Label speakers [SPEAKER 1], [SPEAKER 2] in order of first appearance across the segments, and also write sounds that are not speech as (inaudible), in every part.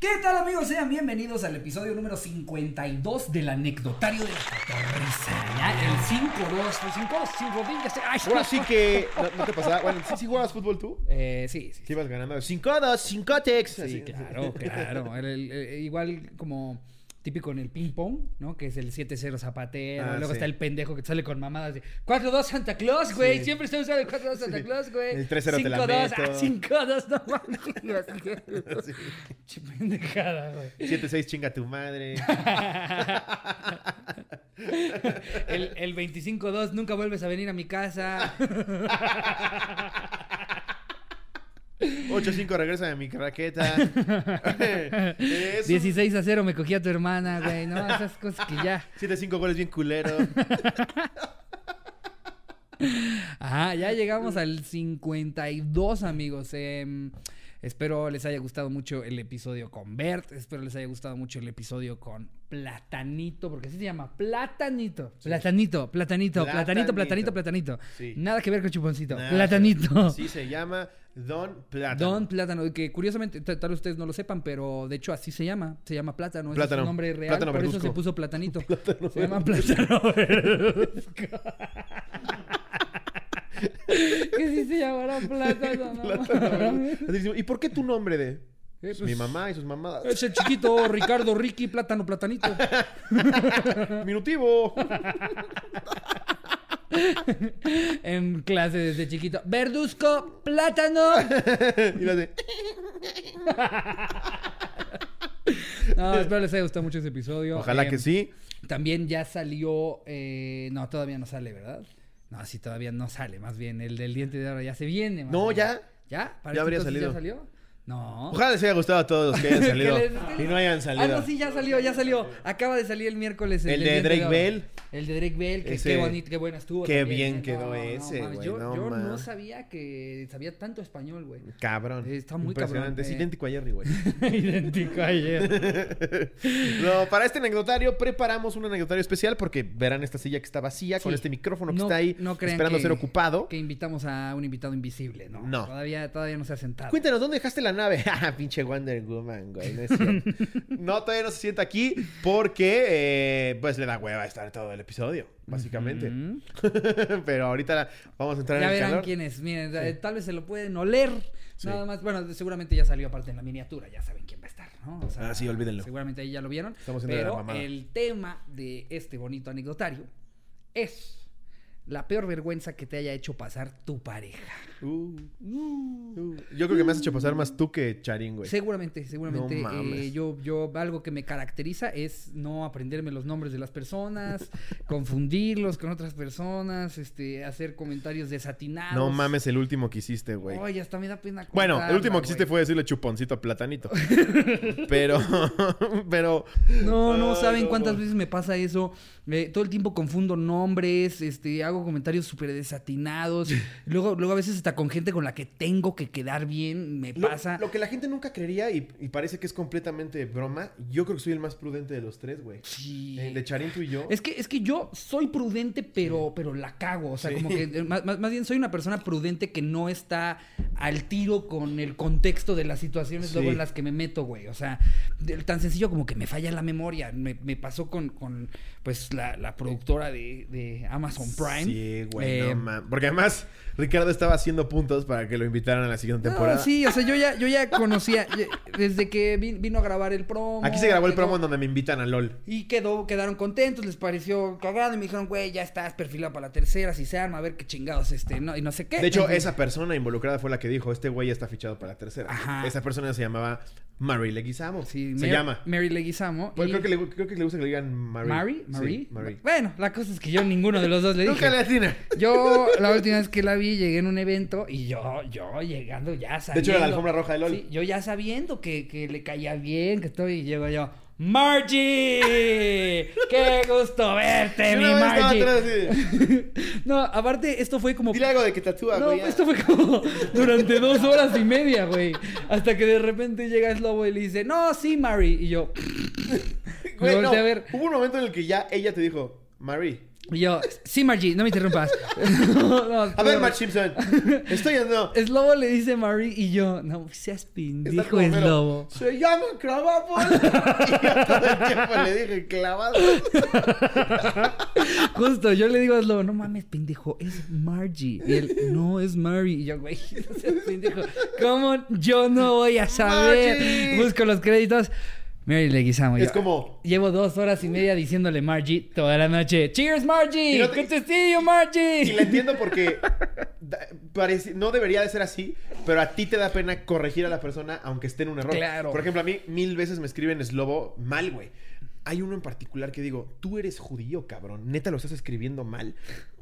[SPEAKER 1] ¿Qué tal amigos? Sean bienvenidos al episodio número 52 del anecdotario de la cotorrisa. Ya, el 5-2, el 5-2, sin rodillas. Ay,
[SPEAKER 2] Ahora sí que. No, no te pasaba. Bueno, ¿sí, sí jugabas fútbol tú?
[SPEAKER 1] Eh, sí, sí.
[SPEAKER 2] Que ibas ganando. ¡Cinco, dos, cinco tex!
[SPEAKER 1] Sí,
[SPEAKER 2] Así.
[SPEAKER 1] claro, claro. El- el- el- igual como típico en el ping pong, ¿no? Que es el 7-0 zapatero.
[SPEAKER 2] Ah,
[SPEAKER 1] luego
[SPEAKER 2] sí.
[SPEAKER 1] está el pendejo que sale con mamadas de 4-2 Santa Claus, güey.
[SPEAKER 2] Sí.
[SPEAKER 1] Siempre está usando el 4-2 Santa
[SPEAKER 2] Sí.
[SPEAKER 1] Claus, güey.
[SPEAKER 2] El 3-0 te la
[SPEAKER 1] 5-2,
[SPEAKER 2] meto.
[SPEAKER 1] ah, 5-2, no mames. (laughs) Che pendejada, güey.
[SPEAKER 2] 7-6, chinga tu madre.
[SPEAKER 1] El, el 25-2, nunca vuelves a venir a mi casa.
[SPEAKER 2] 8-5, regresa de mi raqueta. Eso.
[SPEAKER 1] 16 a 0 me cogí a tu hermana, güey. No, esas cosas que ya.
[SPEAKER 2] 7-5 goles bien culero.
[SPEAKER 1] Ajá, ya llegamos al 52, amigos. Em, espero les haya gustado mucho el episodio con Bert. Espero les haya gustado mucho el episodio con Platanito, porque así se llama Platanito. Platanito, platanito, platanito,
[SPEAKER 2] Platanito.
[SPEAKER 1] platanito, platanito.
[SPEAKER 2] Sí.
[SPEAKER 1] Nada que ver con chuponcito.
[SPEAKER 2] Nah,
[SPEAKER 1] platanito.
[SPEAKER 2] Sí, se llama Don Plátano.
[SPEAKER 1] Don Plátano, que curiosamente, ta- tal vez ustedes no lo sepan, pero de hecho así se llama. Se llama Plátano, ese es
[SPEAKER 2] Plátano.
[SPEAKER 1] su nombre real.
[SPEAKER 2] Plátano
[SPEAKER 1] por eso
[SPEAKER 2] Verduzco.
[SPEAKER 1] se puso
[SPEAKER 2] (laughs)
[SPEAKER 1] Platanito. se llama Plátano Verduzco. que sí se llamará Plátano. ¿no? (laughs)
[SPEAKER 2] Plátano. Así decimos, ¿Y por qué tu nombre de? Pues, mi
[SPEAKER 1] pues,
[SPEAKER 2] mamá y sus mamadas.
[SPEAKER 1] Es el chiquito Ricardo Ricky Plátano Platanito. (laughs)
[SPEAKER 2] Minutivo.
[SPEAKER 1] en clase desde chiquito. Verduzco Plátano.
[SPEAKER 2] y las de.
[SPEAKER 1] No, espero les haya gustado mucho ese episodio.
[SPEAKER 2] Ojalá
[SPEAKER 1] Em,
[SPEAKER 2] que sí.
[SPEAKER 1] También ya salió. eh, no, todavía no sale, ¿verdad? No, sí, todavía no sale. Más bien, el del diente de oro ya se viene. más
[SPEAKER 2] No,
[SPEAKER 1] bien.
[SPEAKER 2] ya.
[SPEAKER 1] ¿Ya? ¿Para este
[SPEAKER 2] Ya habría
[SPEAKER 1] entonces
[SPEAKER 2] salido.
[SPEAKER 1] ¿Ya salió? No.
[SPEAKER 2] Ojalá les haya gustado a todos los que hayan
[SPEAKER 1] Que
[SPEAKER 2] salido.
[SPEAKER 1] les-
[SPEAKER 2] y no hayan
[SPEAKER 1] Ah,
[SPEAKER 2] salido.
[SPEAKER 1] no, sí, ya salió, ya salió. Acaba de salir el miércoles.
[SPEAKER 2] El
[SPEAKER 1] del
[SPEAKER 2] de
[SPEAKER 1] diente
[SPEAKER 2] Drake
[SPEAKER 1] oro. El de Drake Bell, que
[SPEAKER 2] Ese-
[SPEAKER 1] qué bonito, qué buena estuvo.
[SPEAKER 2] qué
[SPEAKER 1] también,
[SPEAKER 2] bien
[SPEAKER 1] ¿eh?
[SPEAKER 2] quedó ese,
[SPEAKER 1] mames,
[SPEAKER 2] güey,
[SPEAKER 1] Yo,
[SPEAKER 2] no
[SPEAKER 1] yo no
[SPEAKER 2] mames.
[SPEAKER 1] sabía que sabía tanto español,
[SPEAKER 2] (laughs)
[SPEAKER 1] güey. (laughs)
[SPEAKER 2] Cabrón.
[SPEAKER 1] Está muy
[SPEAKER 2] Impresionante.
[SPEAKER 1] cabrón,
[SPEAKER 2] Es
[SPEAKER 1] eh.
[SPEAKER 2] idéntico a Jerry, güey.
[SPEAKER 1] Idéntico ayer.
[SPEAKER 2] No, para este anecdotario preparamos un anecdotario especial porque verán esta silla que está vacía con
[SPEAKER 1] Sí.
[SPEAKER 2] este micrófono que
[SPEAKER 1] No-
[SPEAKER 2] está ahí
[SPEAKER 1] no crean
[SPEAKER 2] esperando
[SPEAKER 1] que-
[SPEAKER 2] ser ocupado.
[SPEAKER 1] Que invitamos a un invitado invisible, ¿no?
[SPEAKER 2] No.
[SPEAKER 1] Todavía, todavía no se ha sentado.
[SPEAKER 2] Cuéntanos, ¿dónde dejaste la nave? (laughs) Ah, pinche Wonder Woman, güey. No, es
[SPEAKER 1] (laughs)
[SPEAKER 2] cierto. no, todavía no se sienta aquí porque eh, pues le da hueva estar todo el episodio, básicamente. (laughs)
[SPEAKER 1] Ujú.
[SPEAKER 2] Pero ahorita la- vamos a entrar
[SPEAKER 1] Ya
[SPEAKER 2] en el
[SPEAKER 1] verán
[SPEAKER 2] calor.
[SPEAKER 1] quién es. Miren, eh, tal vez se lo pueden oler.
[SPEAKER 2] Sí.
[SPEAKER 1] Nada más. Bueno, seguramente ya salió aparte en la miniatura. Ya saben quién va a estar, ¿no? O
[SPEAKER 2] Ah, sí, olvídenlo.
[SPEAKER 1] Seguramente ahí ya lo vieron.
[SPEAKER 2] Estamos haciendo la
[SPEAKER 1] pero
[SPEAKER 2] mamada.
[SPEAKER 1] el tema de este bonito anecdotario es la peor vergüenza que te haya hecho pasar tu pareja.
[SPEAKER 2] Uh, uh. Yo creo que me has hecho pasar más tú que Charín, güey.
[SPEAKER 1] Seguramente, seguramente.
[SPEAKER 2] Pues, No mames.
[SPEAKER 1] eh, yo, yo, algo que me caracteriza es no aprenderme los nombres de las
[SPEAKER 2] (laughs)
[SPEAKER 1] personas, confundirlos con otras personas, este, hacer comentarios desatinados.
[SPEAKER 2] No mames el último que hiciste, güey.
[SPEAKER 1] Ay, hasta me da pena.
[SPEAKER 2] Bueno, el último
[SPEAKER 1] contarla,
[SPEAKER 2] que hiciste
[SPEAKER 1] güey.
[SPEAKER 2] fue decirle chuponcito a
[SPEAKER 1] (laughs)
[SPEAKER 2] platanito. pero, (laughs) pero.
[SPEAKER 1] No, no
[SPEAKER 2] Ay,
[SPEAKER 1] saben
[SPEAKER 2] no,
[SPEAKER 1] cuántas
[SPEAKER 2] no.
[SPEAKER 1] veces me pasa eso. Eh, todo el tiempo confundo nombres, este, hago comentarios súper desatinados. Luego, luego a veces hasta con gente con la que tengo que quedar bien, me
[SPEAKER 2] Lo,
[SPEAKER 1] pasa.
[SPEAKER 2] lo que la gente nunca creería y, y parece que es completamente broma, yo creo que soy el más prudente de los tres, güey.
[SPEAKER 1] Sí.
[SPEAKER 2] Eh, De Charín, tú y yo.
[SPEAKER 1] Es que, es que yo soy prudente, pero, pero la cago. O sea, como que eh, más, más- más bien soy una persona prudente que no está al tiro con el contexto de las situaciones
[SPEAKER 2] Sí.
[SPEAKER 1] luego en las que me meto, güey. O sea, de- tan sencillo como que me falla la memoria. Me, me pasó con, con pues la, la productora de, de Amazon Prime.
[SPEAKER 2] Sí, güey,
[SPEAKER 1] Eh,
[SPEAKER 2] no mames. Porque además, Ricardo estaba haciendo puntos para que lo invitaran a la siguiente
[SPEAKER 1] no,
[SPEAKER 2] temporada.
[SPEAKER 1] sí, o sea, yo ya, yo ya conocía, (laughs) ya- desde que vi- vino a grabar el promo.
[SPEAKER 2] Aquí se grabó el
[SPEAKER 1] quedó-
[SPEAKER 2] promo en donde me invitan a LOL.
[SPEAKER 1] Y quedó, quedaron contentos, les pareció cagado y me dijeron, güey, ya estás perfilado para la tercera, si se arma, a ver qué chingados, este, no, y no sé qué.
[SPEAKER 2] De hecho,
[SPEAKER 1] Entonces,
[SPEAKER 2] esa persona involucrada fue la que dijo, este güey ya está fichado para la tercera.
[SPEAKER 1] Ajá.
[SPEAKER 2] Esa persona se llamaba Mary Leguizamo.
[SPEAKER 1] sí,
[SPEAKER 2] se
[SPEAKER 1] Mary-
[SPEAKER 2] llama.
[SPEAKER 1] Mary Leguizamo.
[SPEAKER 2] Bueno,
[SPEAKER 1] y-
[SPEAKER 2] creo, que le, creo que le gusta que le digan Mary.
[SPEAKER 1] Mary,
[SPEAKER 2] Sí,
[SPEAKER 1] Mary.
[SPEAKER 2] Mary.
[SPEAKER 1] Bueno, la cosa es que yo ninguno de los dos le dije.
[SPEAKER 2] (laughs) Nunca le atina.
[SPEAKER 1] Yo la última vez que la vi llegué en un evento y yo, yo llegando ya sabiendo.
[SPEAKER 2] De hecho, era la alfombra roja de LOL.
[SPEAKER 1] Sí, yo ya sabiendo que, que le caía bien, que estoy y llego yo. ¡Margie! ¡Qué gusto verte,
[SPEAKER 2] (laughs) Y
[SPEAKER 1] mi
[SPEAKER 2] una vez estaba atrás
[SPEAKER 1] Margie!
[SPEAKER 2] así,
[SPEAKER 1] (laughs) No, aparte, esto fue como.
[SPEAKER 2] Dile algo de que tatúa,
[SPEAKER 1] No, pues,
[SPEAKER 2] güey. ya".
[SPEAKER 1] esto fue como (laughs) durante dos horas y media, güey. Hasta que de repente llega Slobo y le dice, no, sí, Mary. Y yo,
[SPEAKER 2] Güey,
[SPEAKER 1] me volteé
[SPEAKER 2] no,
[SPEAKER 1] a ver.
[SPEAKER 2] Hubo un momento en el que ya ella te dijo, Mary.
[SPEAKER 1] Y yo, sí, Margie, no me interrumpas. (laughs) No,
[SPEAKER 2] A ver,
[SPEAKER 1] no.
[SPEAKER 2] Marge Simpson. Estoy
[SPEAKER 1] (laughs)
[SPEAKER 2] andando.
[SPEAKER 1] Es lobo, le dice Marie, y yo, no pues, seas
[SPEAKER 2] Está
[SPEAKER 1] pendejo,
[SPEAKER 2] como
[SPEAKER 1] es
[SPEAKER 2] Homero,
[SPEAKER 1] lobo.
[SPEAKER 2] Se llama clavado. (laughs) y yo todo el tiempo le dije clavado.
[SPEAKER 1] Justo, yo le digo a Slobo, no mames, pendejo, es Margie. Y él, no, es Mary. Y yo, güey, (laughs) no seas pendejo. ¿Cómo yo no voy a saber?
[SPEAKER 2] Margie.
[SPEAKER 1] Busco los créditos. Mary Leguizamo.
[SPEAKER 2] Es
[SPEAKER 1] yo,
[SPEAKER 2] como-
[SPEAKER 1] Llevo dos horas y media diciéndole Margie toda la noche. ¡Cheers, Margie!
[SPEAKER 2] Y no te-
[SPEAKER 1] ¡Good to see you, Margie!
[SPEAKER 2] Y la entiendo porque da- parece- no debería de ser así, pero a ti te da pena corregir a la persona aunque esté en un error.
[SPEAKER 1] Claro.
[SPEAKER 2] Por ejemplo, a mí mil veces me escriben eslobo mal, güey. Hay uno en particular que digo, tú eres judío, cabrón. Neta lo estás escribiendo mal.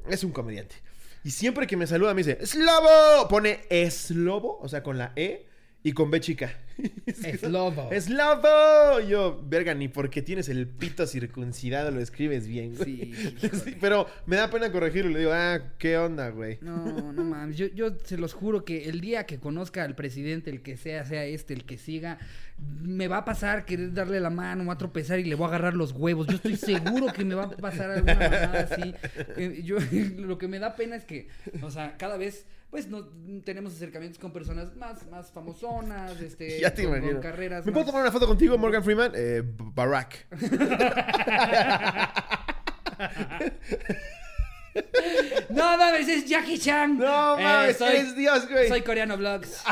[SPEAKER 2] Es un comediante. Y siempre que me saluda me dice, ¡Slobo! Pone eslobo, o sea, con la E y con B chica.
[SPEAKER 1] (laughs) Eslobo.
[SPEAKER 2] ¡Eslobo! Y Yo, verga, ni porque tienes el pito circuncidado lo escribes bien, güey.
[SPEAKER 1] Sí,
[SPEAKER 2] (laughs) Sí, pero me da pena corregirlo. Le digo, ah, ¿qué onda, güey?
[SPEAKER 1] No, no mames. Yo, yo se los juro que el día que conozca al presidente, el que sea, sea este, el que siga, me va a pasar querer darle la mano, me va a tropezar y le voy a agarrar los huevos. Yo estoy seguro que me va a pasar alguna mamada así. Eh, Yo, (laughs) lo que me da pena es que, o sea, cada vez. Pues no tenemos acercamientos con personas más, más famosonas, este,
[SPEAKER 2] (laughs) Ya te
[SPEAKER 1] con, con
[SPEAKER 2] imagino.
[SPEAKER 1] carreras.
[SPEAKER 2] ¿Me
[SPEAKER 1] más-
[SPEAKER 2] puedo tomar una foto contigo, Morgan Freeman? Eh, B-
[SPEAKER 1] (laughs)
[SPEAKER 2] Barack.
[SPEAKER 1] No mames, es Jackie Chan.
[SPEAKER 2] No
[SPEAKER 1] Eh,
[SPEAKER 2] mames,
[SPEAKER 1] soy-
[SPEAKER 2] eres Dios, güey.
[SPEAKER 1] Soy coreano
[SPEAKER 2] (laughs)
[SPEAKER 1] vlogs.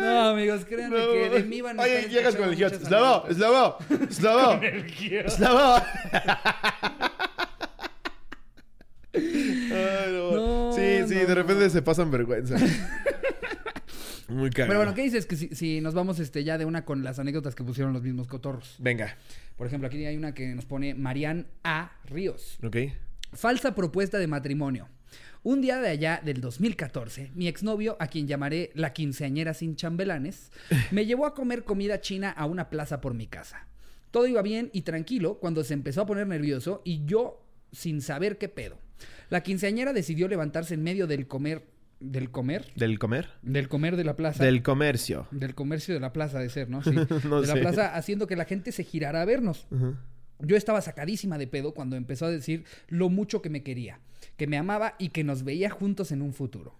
[SPEAKER 1] no, amigos, créanme
[SPEAKER 2] No,
[SPEAKER 1] que de
[SPEAKER 2] mames.
[SPEAKER 1] mí van a
[SPEAKER 2] Oye,
[SPEAKER 1] estar
[SPEAKER 2] llegas con el
[SPEAKER 1] escuchando
[SPEAKER 2] Giot.
[SPEAKER 1] muchas
[SPEAKER 2] Slavo,
[SPEAKER 1] anécdotas.
[SPEAKER 2] Slavo,
[SPEAKER 1] (laughs)
[SPEAKER 2] Slavo, (laughs) Slavo. Ay, no.
[SPEAKER 1] No,
[SPEAKER 2] sí, sí,
[SPEAKER 1] no,
[SPEAKER 2] de repente se
[SPEAKER 1] (laughs)
[SPEAKER 2] pasan vergüenza. Muy caro.
[SPEAKER 1] Pero bueno, ¿qué dices? Que si, si nos vamos este, ya de una con las anécdotas que pusieron los mismos cotorros.
[SPEAKER 2] Venga,
[SPEAKER 1] Por ejemplo, aquí hay una que nos pone Marian A. Ríos.
[SPEAKER 2] ok.
[SPEAKER 1] Falsa propuesta de matrimonio. Un día de allá del 2014, mi exnovio, a quien llamaré la quinceañera sin
[SPEAKER 2] (laughs)
[SPEAKER 1] chambelanes, me llevó a comer comida china a una plaza por mi casa. Todo iba bien y tranquilo cuando se empezó a poner nervioso y yo sin saber qué pedo. La quinceañera decidió levantarse en medio del comer, del comer,
[SPEAKER 2] ¿Del comer?
[SPEAKER 1] del comer de la plaza.
[SPEAKER 2] Del comercio.
[SPEAKER 1] Del comercio de la plaza de ser, ¿no? Sí.
[SPEAKER 2] (laughs) No
[SPEAKER 1] de la
[SPEAKER 2] sé.
[SPEAKER 1] plaza haciendo que la gente se girara a vernos.
[SPEAKER 2] Ujú.
[SPEAKER 1] Yo estaba sacadísima de pedo cuando empezó a decir lo mucho que me quería, que me amaba y que nos veía juntos en un futuro.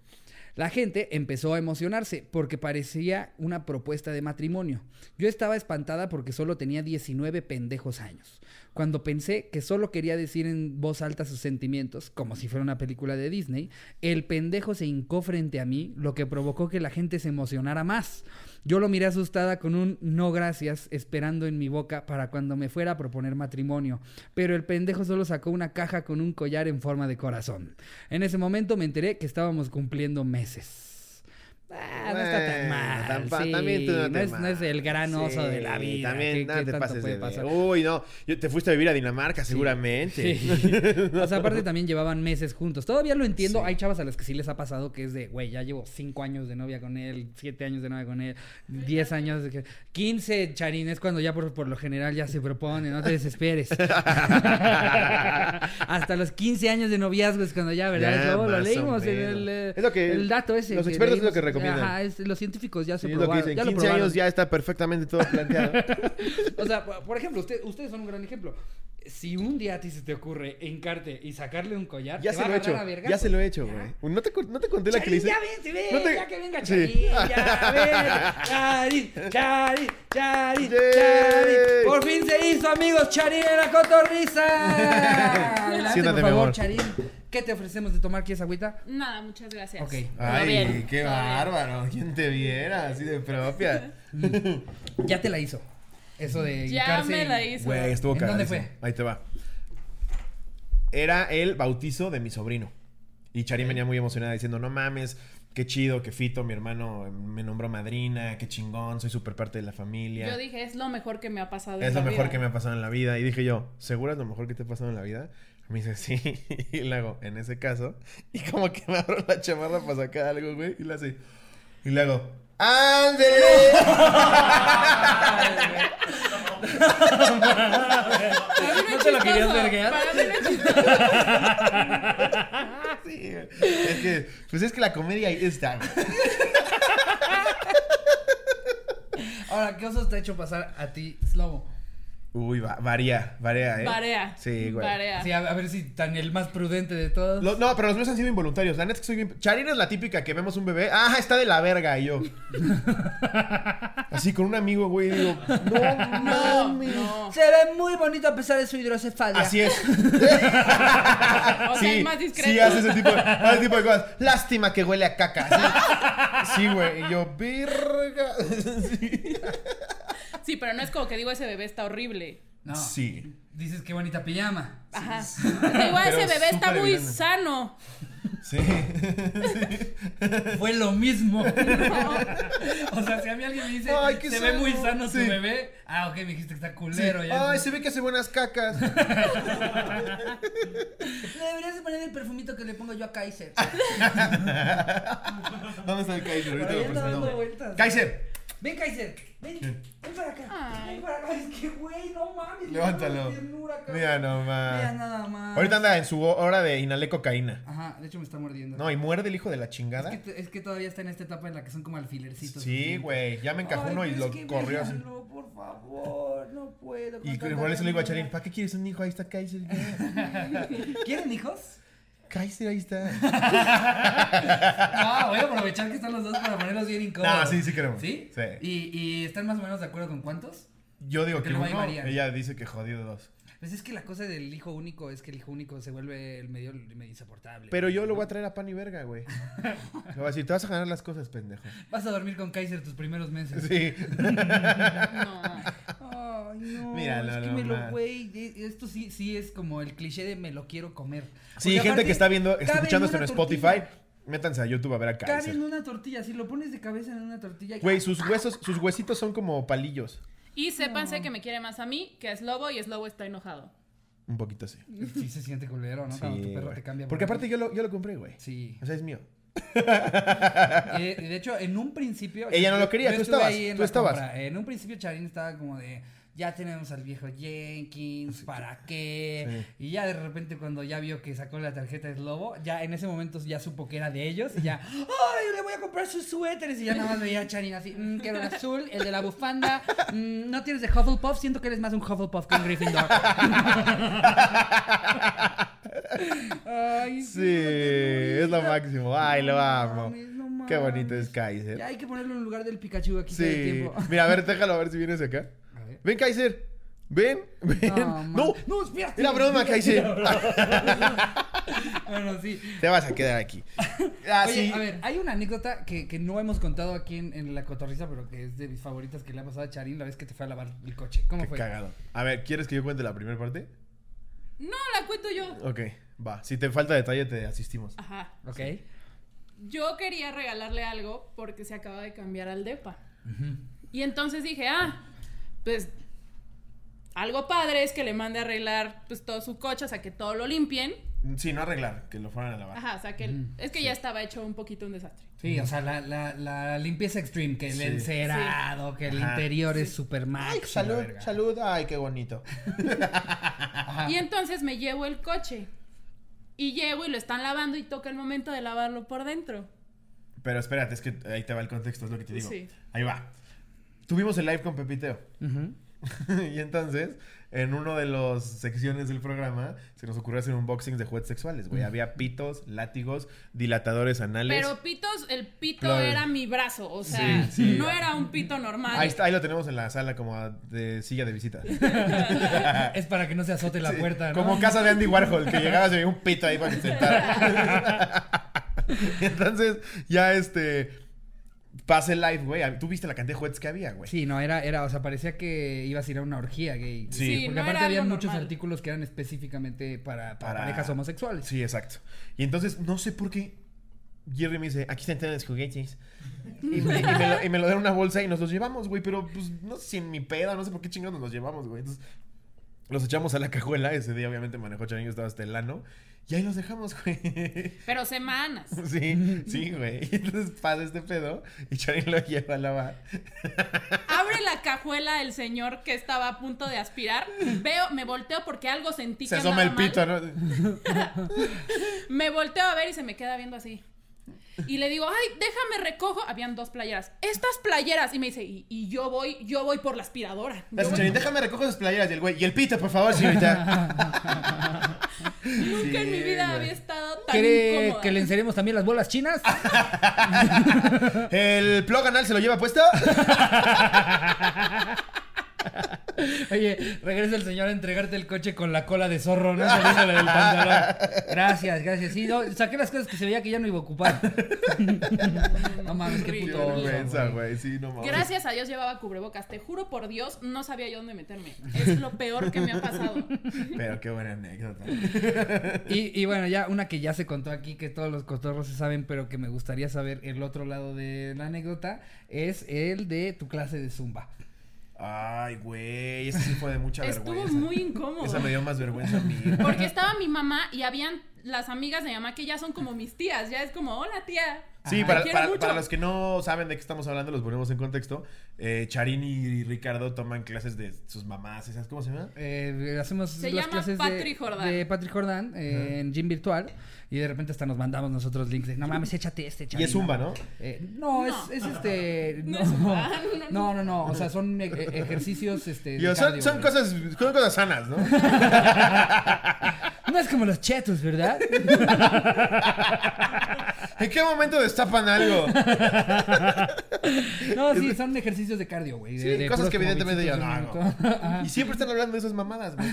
[SPEAKER 1] La gente empezó a emocionarse porque parecía una propuesta de matrimonio. Yo estaba espantada porque solo tenía 19 pendejos años. Cuando pensé que solo quería decir en voz alta sus sentimientos, como si fuera una película de Disney, el pendejo se hincó frente a mí, lo que provocó que la gente se emocionara más. Yo lo miré asustada con un no gracias esperando en mi boca para cuando me fuera a proponer matrimonio, pero el pendejo solo sacó una caja con un collar en forma de corazón. En ese momento me enteré que estábamos cumpliendo meses. Ah, no está tan
[SPEAKER 2] Bueno,
[SPEAKER 1] mal.
[SPEAKER 2] tampa-
[SPEAKER 1] sí.
[SPEAKER 2] también tú no,
[SPEAKER 1] no,
[SPEAKER 2] te
[SPEAKER 1] es, no es el gran
[SPEAKER 2] mames.
[SPEAKER 1] oso de la
[SPEAKER 2] Sí,
[SPEAKER 1] vida. ¿Qué-
[SPEAKER 2] También no
[SPEAKER 1] qué
[SPEAKER 2] te
[SPEAKER 1] tanto
[SPEAKER 2] pases
[SPEAKER 1] puede
[SPEAKER 2] de-
[SPEAKER 1] pasar?
[SPEAKER 2] Uy, no. Yo- te fuiste a vivir a Dinamarca, seguramente. (laughs)
[SPEAKER 1] Sí. O sea, aparte también llevaban meses juntos. Todavía lo entiendo. Hay chavas a las que sí les ha pasado que es de, güey, ya llevo cinco años de novia con él, siete años de novia con él, 10 años, de que- 15, Charín, es cuando ya por, por lo general ya se propone, no te
[SPEAKER 2] (laughs)
[SPEAKER 1] desesperes. Hasta los 15 años de noviazgo es cuando ya, ¿verdad?
[SPEAKER 2] Ya,
[SPEAKER 1] Es lo- lo
[SPEAKER 2] más o
[SPEAKER 1] leímos en el,
[SPEAKER 2] menos.
[SPEAKER 1] eh,
[SPEAKER 2] Es lo que-
[SPEAKER 1] el dato ese.
[SPEAKER 2] los expertos es lo que
[SPEAKER 1] leímos.
[SPEAKER 2] recomiendan.
[SPEAKER 1] Ajá, es- los científicos ya se
[SPEAKER 2] Sí, es lo que
[SPEAKER 1] probaron.
[SPEAKER 2] dicen.
[SPEAKER 1] ya lo
[SPEAKER 2] 15
[SPEAKER 1] probaron.
[SPEAKER 2] años ya está perfectamente todo
[SPEAKER 1] (laughs)
[SPEAKER 2] planteado.
[SPEAKER 1] O sea, por por ejemplo, usted- ustedes son un gran ejemplo. Si un día a ti se te ocurre hincarte y sacarle un collar,
[SPEAKER 2] ya
[SPEAKER 1] te
[SPEAKER 2] se
[SPEAKER 1] va
[SPEAKER 2] lo
[SPEAKER 1] a
[SPEAKER 2] he
[SPEAKER 1] agarrar
[SPEAKER 2] hecho.
[SPEAKER 1] a vergazos.
[SPEAKER 2] Ya se lo he hecho,
[SPEAKER 1] Ya.
[SPEAKER 2] güey. No te, cu- no te conté la que le
[SPEAKER 1] Charín,
[SPEAKER 2] hice.
[SPEAKER 1] ya ven, se ve,
[SPEAKER 2] No te-
[SPEAKER 1] ya que venga
[SPEAKER 2] Sí.
[SPEAKER 1] Charín, ya ven, Charín, Charín, Charín,
[SPEAKER 2] Yay.
[SPEAKER 1] Charín. Por fin se hizo, amigos, Charín en la cotorriza.
[SPEAKER 2] (laughs)
[SPEAKER 1] Adelante,
[SPEAKER 2] Siéntate,
[SPEAKER 1] por
[SPEAKER 2] mi
[SPEAKER 1] favor,
[SPEAKER 2] amor.
[SPEAKER 1] Charín. ¿Qué te ofrecemos de tomar? ¿Quieres agüita?
[SPEAKER 3] Nada, muchas gracias.
[SPEAKER 1] Ok.
[SPEAKER 3] Todo bien, todo bien.
[SPEAKER 2] ¿Quién te viera así
[SPEAKER 1] (laughs)
[SPEAKER 2] de propia?
[SPEAKER 1] Ya te la hizo. Eso de
[SPEAKER 3] Ya
[SPEAKER 1] hincarse
[SPEAKER 3] me
[SPEAKER 1] y-
[SPEAKER 3] la hizo.
[SPEAKER 2] Güey, estuvo
[SPEAKER 1] ¿En dónde fue?
[SPEAKER 2] cagadísimo. Ahí te va. Era el bautizo de mi sobrino. Y Charín venía muy emocionada diciendo, no mames, qué chido que Fito, mi hermano, me nombró madrina, qué chingón, soy súper parte de la familia.
[SPEAKER 3] Yo dije, es lo mejor que me ha pasado.
[SPEAKER 2] Es
[SPEAKER 3] en
[SPEAKER 2] lo
[SPEAKER 3] la
[SPEAKER 2] mejor
[SPEAKER 3] vida".
[SPEAKER 2] que me ha pasado en la vida. Y dije yo, ¿segura es lo mejor que te ha pasado en la vida? Me dice, sí. (laughs) Y le hago, en ese caso. Y como que me abro la chamarra para sacar algo, güey. Y le hace. Y le hago,
[SPEAKER 3] (laughs)
[SPEAKER 2] ¡Ándele! (laughs)
[SPEAKER 3] Para mí no
[SPEAKER 1] ¿No
[SPEAKER 3] es
[SPEAKER 1] te lo
[SPEAKER 3] chistoso,
[SPEAKER 1] querías verguear?
[SPEAKER 3] para mí no es chistoso.
[SPEAKER 2] Sí, güey. es que, pues es que la comedia ahí está. güey.
[SPEAKER 1] Ahora, ¿qué osos te ha hecho pasar a ti, Slobo?
[SPEAKER 2] Uy, va- varía, varía, ¿eh?
[SPEAKER 3] Varea.
[SPEAKER 2] Sí, güey.
[SPEAKER 3] Varea.
[SPEAKER 1] Sí, a, a ver si tan el más prudente de todos.
[SPEAKER 2] Lo- no, pero los míos han sido involuntarios. La neta es que soy bien. Charina es la típica que vemos un bebé. ¡Ah, está de la verga!
[SPEAKER 1] (laughs)
[SPEAKER 2] Y yo. Así con un amigo, güey. Digo, no,
[SPEAKER 3] No,
[SPEAKER 2] no,
[SPEAKER 3] no.
[SPEAKER 1] Se ve muy bonito a pesar de su hidrocefalia.
[SPEAKER 2] Así es.
[SPEAKER 3] sea, es más discreto.
[SPEAKER 2] Sí, hace
[SPEAKER 3] (laughs)
[SPEAKER 2] ese tipo, hace ese tipo de cosas. Lástima que huele a caca. Sí, Sí, güey. Y yo, verga. (laughs) Sí.
[SPEAKER 3] Sí, pero no es como que digo ese bebé está horrible.
[SPEAKER 1] No.
[SPEAKER 2] Sí.
[SPEAKER 1] Dices qué bonita pijama.
[SPEAKER 3] Ajá. Digo,
[SPEAKER 2] Pero
[SPEAKER 3] ese bebé está
[SPEAKER 2] súper
[SPEAKER 3] muy
[SPEAKER 2] evidente. (laughs)
[SPEAKER 3] sano.
[SPEAKER 2] Sí.
[SPEAKER 1] Fue lo (laughs) mismo. o sea, si a mí alguien me dice,
[SPEAKER 2] Ay, qué
[SPEAKER 1] se ve muy
[SPEAKER 2] sano".
[SPEAKER 1] sano su
[SPEAKER 2] Sí.
[SPEAKER 1] bebé. Ah, ok, me dijiste que está
[SPEAKER 2] Sí.
[SPEAKER 1] culero. ya.
[SPEAKER 2] Ay, se ve que hace buenas
[SPEAKER 1] (laughs)
[SPEAKER 2] cacas.
[SPEAKER 1] Le deberías de poner el perfumito que le pongo yo a Kaiser.
[SPEAKER 2] ¿Dónde está el Kaiser? Ahorita
[SPEAKER 1] Por ahí anda dando
[SPEAKER 2] lo presentamos.
[SPEAKER 1] vueltas.
[SPEAKER 2] Kaiser,
[SPEAKER 1] Ven, Kaiser. Ven, ven para acá.
[SPEAKER 3] Ay.
[SPEAKER 1] Ven para acá. Es que, güey, no mames.
[SPEAKER 2] levántalo.
[SPEAKER 1] qué ternura, cabrón.
[SPEAKER 2] Mira
[SPEAKER 1] Mira
[SPEAKER 2] nomás.
[SPEAKER 1] nada más.
[SPEAKER 2] Ahorita anda en su hora de inhalar cocaína.
[SPEAKER 1] Ajá, de hecho me está mordiendo.
[SPEAKER 2] No, y muerde el hijo de la
[SPEAKER 1] Es
[SPEAKER 2] chingada.
[SPEAKER 1] que, t- es que todavía está en esta etapa en la que son como alfilercitos.
[SPEAKER 2] Sí,
[SPEAKER 1] así.
[SPEAKER 2] güey. Ya me encajó
[SPEAKER 1] Ay,
[SPEAKER 2] uno y
[SPEAKER 1] pero
[SPEAKER 2] lo
[SPEAKER 1] es que
[SPEAKER 2] corrió así.
[SPEAKER 1] véanlo, por favor, no puedo. con
[SPEAKER 2] Y
[SPEAKER 1] tanta
[SPEAKER 2] por eso le digo a
[SPEAKER 1] ternura.
[SPEAKER 2] Charín, ¿para qué quieres un hijo? Ahí está Kaiser.
[SPEAKER 1] (laughs) ¿Quieren
[SPEAKER 2] (laughs)
[SPEAKER 1] hijos?
[SPEAKER 2] Kaiser,
[SPEAKER 1] (laughs)
[SPEAKER 2] ahí está.
[SPEAKER 1] No, voy a aprovechar que están los dos para ponerlos bien incómodos.
[SPEAKER 2] No, sí, sí queremos.
[SPEAKER 1] ¿Sí?
[SPEAKER 2] Sí.
[SPEAKER 1] ¿Y, y están más o menos de acuerdo con cuántos?
[SPEAKER 2] Yo digo
[SPEAKER 1] Porque
[SPEAKER 2] que
[SPEAKER 1] luego ahí
[SPEAKER 2] uno,
[SPEAKER 1] varían.
[SPEAKER 2] ella dice que jodido dos.
[SPEAKER 1] Pues es que la cosa del hijo único es que el hijo único se vuelve el medio, medio insoportable.
[SPEAKER 2] Pero yo lo voy a traer a pan y verga,
[SPEAKER 1] (laughs)
[SPEAKER 2] güey. Le voy a decir, te vas a ganar las cosas, pendejo.
[SPEAKER 1] Vas a dormir con Kaiser tus primeros meses.
[SPEAKER 2] (laughs) Sí.
[SPEAKER 3] No.
[SPEAKER 1] Ay, no.
[SPEAKER 2] Míralo
[SPEAKER 1] es que me lo,
[SPEAKER 2] nomás.
[SPEAKER 1] güey. e- Esto sí, sí es como el cliché de me lo quiero comer.
[SPEAKER 2] Sí,
[SPEAKER 1] Porque
[SPEAKER 2] gente
[SPEAKER 1] aparte,
[SPEAKER 2] que está viendo,
[SPEAKER 1] cabe
[SPEAKER 2] escuchando esto en
[SPEAKER 1] una
[SPEAKER 2] Spotify,
[SPEAKER 1] tortilla.
[SPEAKER 2] métanse a YouTube a ver a
[SPEAKER 1] Cabe en
[SPEAKER 2] Kaiser.
[SPEAKER 1] una tortilla. Si lo pones de cabeza en una tortilla.
[SPEAKER 2] Güey, sus huesos, sus huesitos son como palillos.
[SPEAKER 3] Y sépanse que me quiere más a mí que a Slobo y Slobo está enojado.
[SPEAKER 2] Un poquito así.
[SPEAKER 1] Sí, se siente culero, ¿no?
[SPEAKER 2] Sí,
[SPEAKER 1] Cuando tu perro
[SPEAKER 2] güey.
[SPEAKER 1] te cambia.
[SPEAKER 2] Porque
[SPEAKER 1] por-
[SPEAKER 2] aparte yo lo, yo lo compré, güey.
[SPEAKER 1] Sí.
[SPEAKER 2] O sea, es mío.
[SPEAKER 1] Eh, de hecho, en un principio.
[SPEAKER 2] Ella no lo quería,
[SPEAKER 1] yo
[SPEAKER 2] tú
[SPEAKER 1] estuve
[SPEAKER 2] estabas,
[SPEAKER 1] ahí en
[SPEAKER 2] tú
[SPEAKER 1] la
[SPEAKER 2] estabas.
[SPEAKER 1] compra. En un principio, Charín estaba como de. Ya tenemos al viejo Jenkins, ¿para qué? Y ya de repente cuando ya vio que sacó la tarjeta de Slobo, ya en ese momento ya supo que era de ellos y ya, ¡ay, le voy a comprar sus suéteres! Y ya nada más veía a Charin así, "Mm, quiero el azul, el de la bufanda, mm, no tienes de Hufflepuff, siento que eres más un Hufflepuff que un
[SPEAKER 2] (laughs)
[SPEAKER 1] Gryffindor. Ay,
[SPEAKER 2] Sí,
[SPEAKER 1] qué
[SPEAKER 2] es lo
[SPEAKER 1] bonita.
[SPEAKER 2] máximo. Ay, lo
[SPEAKER 1] No
[SPEAKER 2] amo.
[SPEAKER 1] mames, no
[SPEAKER 2] Qué bonito
[SPEAKER 1] mames.
[SPEAKER 2] es Kaiser.
[SPEAKER 1] Ya hay que ponerlo en lugar del Pikachu aquí todo el
[SPEAKER 2] Sí. (laughs)
[SPEAKER 1] tiempo.
[SPEAKER 2] Mira, a ver, déjalo a ver si vienes acá.
[SPEAKER 1] A ver.
[SPEAKER 2] Ven, Kaiser. Ven, ven. (laughs)
[SPEAKER 1] No, man.
[SPEAKER 2] No,
[SPEAKER 1] no, espérate.
[SPEAKER 2] era broma, Kaiser. (laughs)
[SPEAKER 1] Bueno, sí.
[SPEAKER 2] Te vas a
[SPEAKER 1] (laughs)
[SPEAKER 2] quedar aquí. Ah,
[SPEAKER 1] Oye,
[SPEAKER 2] sí.
[SPEAKER 1] a ver, hay una anécdota que, que no hemos contado aquí en, en la cotorriza, pero que es de mis favoritas que le ha pasado a Charín la vez que te fue a lavar el coche. ¿Cómo
[SPEAKER 2] Qué
[SPEAKER 1] fue?
[SPEAKER 2] cagado. A ver, ¿quieres que yo cuente la primera parte?
[SPEAKER 3] No, la cuento yo.
[SPEAKER 2] Ok, va. Si te falta detalle, te asistimos.
[SPEAKER 3] Ajá.
[SPEAKER 1] Ok.
[SPEAKER 3] Yo quería regalarle algo porque se acaba de cambiar al DEPA. Y entonces dije, ah, pues algo padre es que le mande a arreglar pues todo su coche, o sea, que todo lo limpien.
[SPEAKER 2] Sí, no arreglar, que lo fueran a lavar.
[SPEAKER 3] Ajá, o sea, que es que ya estaba hecho un poquito un desastre.
[SPEAKER 1] Sí, o sea, la, la, la limpieza extreme, que el
[SPEAKER 2] Sí.
[SPEAKER 1] encerado, que el
[SPEAKER 2] Ajá.
[SPEAKER 1] interior es super max.
[SPEAKER 2] Ay, pues,
[SPEAKER 1] y la
[SPEAKER 2] salud,
[SPEAKER 1] verga.
[SPEAKER 2] salud. Ay, qué bonito.
[SPEAKER 3] Y entonces me llevo el coche. Y llego y lo están lavando y toca el momento de lavarlo por dentro.
[SPEAKER 2] Pero espérate, es que ahí te va el contexto, es lo que te digo.
[SPEAKER 3] Sí.
[SPEAKER 2] Ahí va. Tuvimos el live con Pepiteo.
[SPEAKER 1] Ujú.
[SPEAKER 2] (laughs) y entonces, en una de las secciones del programa, se nos ocurrió hacer unboxings de juguetes sexuales, güey. Había pitos, látigos, dilatadores anales.
[SPEAKER 3] Pero pitos, el pito
[SPEAKER 2] Claro.
[SPEAKER 3] era mi brazo, o sea,
[SPEAKER 2] Sí, sí.
[SPEAKER 3] no era un pito normal.
[SPEAKER 2] Ahí, está, ahí lo tenemos en la sala como de silla
[SPEAKER 1] (laughs)
[SPEAKER 2] de visita.
[SPEAKER 1] Es para que no se azote la puerta, ¿no?
[SPEAKER 2] Ah. Como casa de Andy Warhol, que llegabas y había un pito ahí para que sentara. (laughs) entonces, ya este... Pase el live, güey. Tú viste la cantidad de juguetes que había, güey.
[SPEAKER 1] Sí, no, era, era, o sea, parecía que ibas a ir a una orgía gay.
[SPEAKER 2] Sí.
[SPEAKER 3] Sí,
[SPEAKER 1] Porque
[SPEAKER 3] no
[SPEAKER 1] aparte
[SPEAKER 3] era
[SPEAKER 1] había
[SPEAKER 3] algo
[SPEAKER 1] muchos
[SPEAKER 3] normal.
[SPEAKER 1] artículos que eran específicamente para, para
[SPEAKER 2] Para-
[SPEAKER 1] parejas homosexuales.
[SPEAKER 2] Sí, exacto. Y entonces, no sé por qué. Jerry me dice, aquí se entran los juguetes. Y me, y me lo, y me lo dan en una bolsa y nos los llevamos, güey. Pero, pues, no sé si en mi peda, no sé por qué chingados nos los llevamos, güey. Entonces, los echamos a la cajuela. Ese día, obviamente, manejó Charillo, estaba hasta el ano. Y ahí los dejamos, güey. (laughs)
[SPEAKER 3] Pero semanas.
[SPEAKER 2] Sí, sí, güey. (laughs) Y entonces pasa este pedo y Charín lo lleva a lavar.
[SPEAKER 3] Abre la cajuela el señor que estaba a punto de aspirar. Veo, me volteo porque algo sentí
[SPEAKER 2] Se
[SPEAKER 3] que
[SPEAKER 2] asoma el
[SPEAKER 3] andaba mal.
[SPEAKER 2] pito, ¿no?
[SPEAKER 3] Me volteo a ver y se me queda viendo así. Y le digo, ay, déjame recojo. Habían dos playeras. Estas playeras. Y me dice, y, y yo voy, yo voy por la aspiradora. Yo
[SPEAKER 2] La
[SPEAKER 3] voy-
[SPEAKER 2] señorita, déjame recoger sus playeras y el güey. Y el pito, por favor, señorita.
[SPEAKER 3] Nunca en mi
[SPEAKER 2] Sí,
[SPEAKER 3] vida
[SPEAKER 2] güey.
[SPEAKER 3] había estado tan
[SPEAKER 1] ¿Quiere
[SPEAKER 3] incómoda.
[SPEAKER 1] que le enseñemos también las bolas chinas? (laughs)
[SPEAKER 2] ¿El plug anal se lo lleva puesto?
[SPEAKER 1] Oye, regresa el señor a entregarte el coche con la cola de zorro, ¿no? Saliéndole del pantalón. Gracias, gracias. Sí, no, saqué las cosas que se veía que ya no iba a ocupar. (laughs) No
[SPEAKER 2] (laughs)
[SPEAKER 1] mames, qué
[SPEAKER 3] Qué
[SPEAKER 2] Qué
[SPEAKER 1] puto oso,
[SPEAKER 2] vergüenza,
[SPEAKER 1] güey.
[SPEAKER 2] güey. Sí, no mames.
[SPEAKER 3] Gracias a Dios llevaba cubrebocas. Te juro por Dios, no sabía yo dónde meterme. Es lo peor que me
[SPEAKER 2] (laughs)
[SPEAKER 3] ha pasado.
[SPEAKER 2] Pero qué buena anécdota.
[SPEAKER 1] Y, y bueno, ya una que ya se contó aquí, que todos los cotorros se saben, pero que me gustaría saber el otro lado de la anécdota, es el de tu clase de zumba.
[SPEAKER 2] Ay, güey. Esa sí fue de mucha
[SPEAKER 3] Estuvo
[SPEAKER 2] vergüenza.
[SPEAKER 3] muy incómodo.
[SPEAKER 2] Esa me dio más vergüenza a mí.
[SPEAKER 3] Porque estaba mi mamá y habían las amigas de mi mamá que ya son como mis tías. Ya es como, hola tía.
[SPEAKER 2] Sí,
[SPEAKER 1] Ajá.
[SPEAKER 2] para,
[SPEAKER 3] Te quiero
[SPEAKER 2] para-
[SPEAKER 3] mucho.
[SPEAKER 2] para los que no saben de qué estamos hablando, los ponemos en contexto. Eh, Charín y Ricardo toman clases de sus mamás, esas, ¿cómo se llama?
[SPEAKER 1] Eh, hacemos
[SPEAKER 3] Se
[SPEAKER 1] las
[SPEAKER 3] llama
[SPEAKER 1] clases
[SPEAKER 3] Patrick
[SPEAKER 1] de,
[SPEAKER 3] Jordan.
[SPEAKER 1] de Patrick Jordan eh, en gym virtual y de repente hasta nos mandamos nosotros links de no mames, échate este chaval.
[SPEAKER 2] Y es zumba, ¿no?
[SPEAKER 1] Eh, no,
[SPEAKER 3] No.
[SPEAKER 1] Es, es este.
[SPEAKER 3] (laughs) No
[SPEAKER 1] No,
[SPEAKER 3] es zumba, no, no,
[SPEAKER 1] no, no, no, O sea, son e- e- ejercicios. Este, de
[SPEAKER 2] Digo, son,
[SPEAKER 1] cardio,
[SPEAKER 2] son
[SPEAKER 1] güey.
[SPEAKER 2] cosas, son cosas sanas, ¿no?
[SPEAKER 1] No es como los chetos,
[SPEAKER 2] (laughs)
[SPEAKER 1] ¿verdad?
[SPEAKER 2] ¿En qué momento destapan algo?
[SPEAKER 1] No, sí, son ejercicios de cardio, güey.
[SPEAKER 2] Sí,
[SPEAKER 1] de- de
[SPEAKER 2] cosas
[SPEAKER 1] puros
[SPEAKER 2] que
[SPEAKER 1] como
[SPEAKER 2] evidentemente yo no
[SPEAKER 1] 25
[SPEAKER 2] hago. (laughs)
[SPEAKER 1] minutos. Ajá.
[SPEAKER 2] Y siempre están hablando de esas mamadas, güey.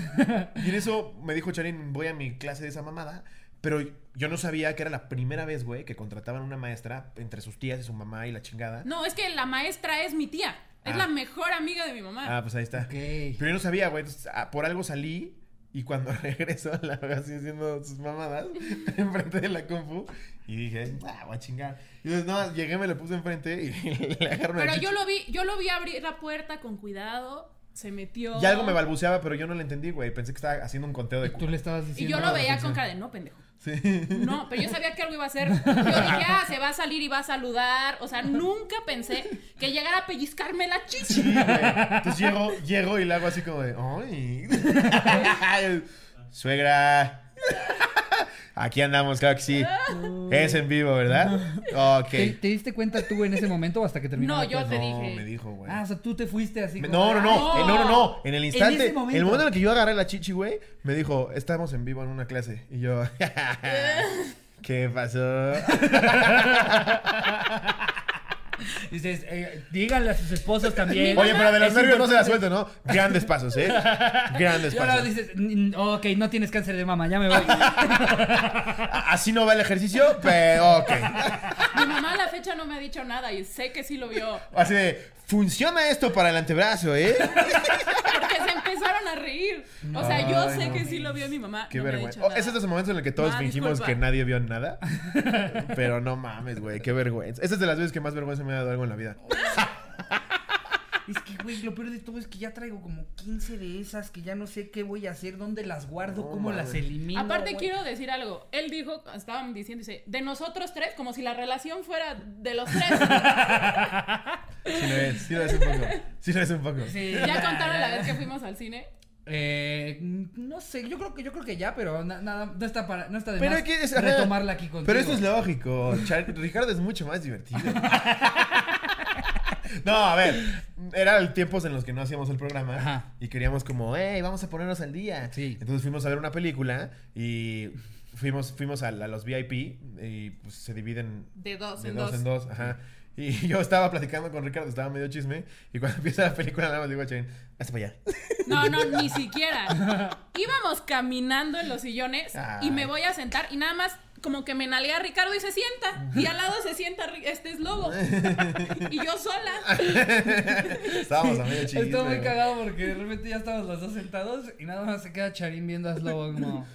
[SPEAKER 2] Y en eso me dijo Charín, voy a mi clase de esa mamada. Pero yo no sabía que era la primera vez, güey, que contrataban una maestra entre sus tías y su mamá y la chingada.
[SPEAKER 3] No, es que la maestra es mi tía. Es
[SPEAKER 2] Ah.
[SPEAKER 3] la mejor amiga de mi mamá.
[SPEAKER 2] Ah, pues ahí está.
[SPEAKER 1] Ok.
[SPEAKER 2] Pero yo no sabía, güey. Entonces, ah, por algo salí y cuando (laughs) regreso, la veo así haciendo sus mamadas (laughs) enfrente de la compu. Y dije, ah, voy a chingar. Y entonces, no, llegué, me lo puse enfrente y (laughs) le agarré una
[SPEAKER 3] Pero
[SPEAKER 2] chichi.
[SPEAKER 3] yo lo vi, yo lo vi abrir la puerta con cuidado. Se metió.
[SPEAKER 2] Y algo me balbuceaba, pero yo no lo entendí, güey. Pensé que estaba haciendo un conteo de
[SPEAKER 1] Tú
[SPEAKER 2] cu-
[SPEAKER 1] le estabas
[SPEAKER 3] Y
[SPEAKER 1] diciendo.
[SPEAKER 3] yo lo veía con cara de no, pendejo. No, pero yo sabía que algo iba
[SPEAKER 2] (laughs)
[SPEAKER 3] a hacer. Yo dije, ah, se va a salir y va a saludar. O sea, nunca pensé que llegara a pellizcarme la chichi.
[SPEAKER 2] Sí, güey. Entonces llego, llego y le hago así como de, ¡ay!
[SPEAKER 3] (laughs)
[SPEAKER 2] Suegra. Aquí andamos, claro que sí. Es en vivo, ¿verdad? Ok.
[SPEAKER 1] ¿Te, te diste cuenta tú en ese momento o hasta que terminó?
[SPEAKER 3] No,
[SPEAKER 1] la
[SPEAKER 3] yo
[SPEAKER 1] clase?
[SPEAKER 3] te
[SPEAKER 2] No,
[SPEAKER 3] dije.
[SPEAKER 2] me dijo, güey.
[SPEAKER 1] Ah, o sea, tú te fuiste así.
[SPEAKER 2] Me-
[SPEAKER 1] como-
[SPEAKER 2] No, no, no,
[SPEAKER 3] ¡Ah!
[SPEAKER 2] eh, no, no, no, en el instante,
[SPEAKER 1] ese
[SPEAKER 2] el
[SPEAKER 1] momento.
[SPEAKER 2] momento en el que yo agarré la chichi, güey, me dijo, estamos en vivo en una clase. Y yo, (laughs) ¿qué
[SPEAKER 3] (laughs)
[SPEAKER 2] pasó?
[SPEAKER 1] Dices, eh, díganle a sus esposas también.
[SPEAKER 2] Oye, pero de los
[SPEAKER 1] Es
[SPEAKER 2] nervios no se la
[SPEAKER 1] importante.
[SPEAKER 2] suelto, ¿no? Grandes pasos,
[SPEAKER 3] (laughs)
[SPEAKER 2] ¿eh? Grandes
[SPEAKER 1] Y ahora
[SPEAKER 2] pasos.
[SPEAKER 1] dices, "Mm, ok, no tienes cáncer de mama, ya
[SPEAKER 2] (laughs)
[SPEAKER 1] me voy.
[SPEAKER 2] A- Así no va el ejercicio, pero ok.
[SPEAKER 3] Mi mamá a la fecha no me ha dicho nada y sé que sí lo vio.
[SPEAKER 2] Así de, funciona esto para el antebrazo,
[SPEAKER 3] (laughs)
[SPEAKER 2] ¿eh?
[SPEAKER 3] Porque se empezaron a reír. O sea, yo
[SPEAKER 2] Ay,
[SPEAKER 3] sé
[SPEAKER 2] no.
[SPEAKER 3] que sí lo vio mi mamá.
[SPEAKER 2] Qué
[SPEAKER 3] no me ha
[SPEAKER 2] vergüenza.
[SPEAKER 3] dicho
[SPEAKER 2] Oh, ese es de
[SPEAKER 3] nada.
[SPEAKER 2] esos momentos en los que todos
[SPEAKER 3] Ma,
[SPEAKER 2] fingimos
[SPEAKER 3] disculpa.
[SPEAKER 2] que nadie vio nada.
[SPEAKER 3] (laughs)
[SPEAKER 2] Pero no mames, güey, qué vergüenza. Esa es de las veces que más vergüenza me ha dado algo en la vida.
[SPEAKER 1] es que, güey, lo peor de todo es que ya traigo como 15 de esas que ya no sé qué voy a hacer, dónde las guardo,
[SPEAKER 2] No,
[SPEAKER 1] cómo
[SPEAKER 2] madre.
[SPEAKER 1] las elimino.
[SPEAKER 3] Aparte
[SPEAKER 1] güey.
[SPEAKER 3] quiero decir algo. Él dijo, estaban diciendo, dice, de nosotros tres, como si la relación fuera de los tres.
[SPEAKER 2] Sí lo es, sí lo es un poco. Sí lo es un poco.
[SPEAKER 1] Sí,
[SPEAKER 3] (laughs) ya contaron la vez que fuimos al cine.
[SPEAKER 1] Eh, no sé, yo creo que yo creo que ya, pero na- nada, no está para, no está de
[SPEAKER 2] Pero
[SPEAKER 1] más
[SPEAKER 2] es que es-
[SPEAKER 1] retomarla aquí contigo.
[SPEAKER 2] Pero eso es lógico. Char- Ricardo es mucho
[SPEAKER 1] (laughs)
[SPEAKER 2] más divertido. No, a ver, eran tiempos en los que no hacíamos el programa
[SPEAKER 1] Ajá.
[SPEAKER 2] y queríamos como, hey, vamos a ponernos al día.
[SPEAKER 1] Sí.
[SPEAKER 2] Entonces fuimos a ver una película y fuimos, fuimos a, la- a los VIP y pues, se dividen
[SPEAKER 3] De dos
[SPEAKER 2] de
[SPEAKER 3] en
[SPEAKER 2] dos
[SPEAKER 3] dos.
[SPEAKER 2] en dos. Ajá. Y yo estaba platicando con Ricardo, estaba medio chisme y cuando (laughs) empieza la película nada más digo a Chain, hazte para allá. (laughs)
[SPEAKER 3] No, no, ni siquiera. Íbamos caminando en los sillones y me
[SPEAKER 2] Ay.
[SPEAKER 3] voy a sentar y nada más como que me nalgué a Ricardo y se sienta. Y al lado se sienta Ri- este es lobo. Y yo sola.
[SPEAKER 2] Estábamos a medio chisme.
[SPEAKER 1] Estoy muy
[SPEAKER 2] güey.
[SPEAKER 1] cagado porque de repente ya estamos los dos sentados y nada más se queda Charín viendo a Slobo
[SPEAKER 2] (laughs)
[SPEAKER 1] como.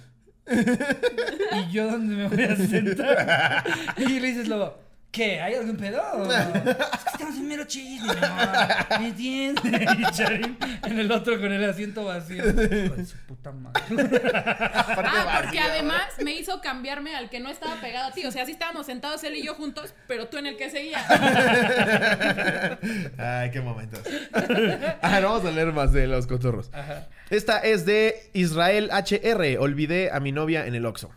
[SPEAKER 1] ¿Y yo dónde me voy a sentar? Y le dices Slobo, ¿qué? ¿Hay algún pedo? Es que estamos en mero chisme, amor, ¿me entiendes? Y Charín en el otro con el asiento vacío. Hijo de su puta madre.
[SPEAKER 2] Aparte
[SPEAKER 3] Ah, porque
[SPEAKER 2] vacío, güey.
[SPEAKER 3] además me hizo cambiarme al que no estaba pegado a ti. O sea, sí estábamos sentados él y yo juntos, pero tú en el que seguía.
[SPEAKER 2] Ay, qué momentos. Ah, no, vamos a leer más de los cotorros. Esta es de Israel HR. Olvidé a mi novia en el Oxxo.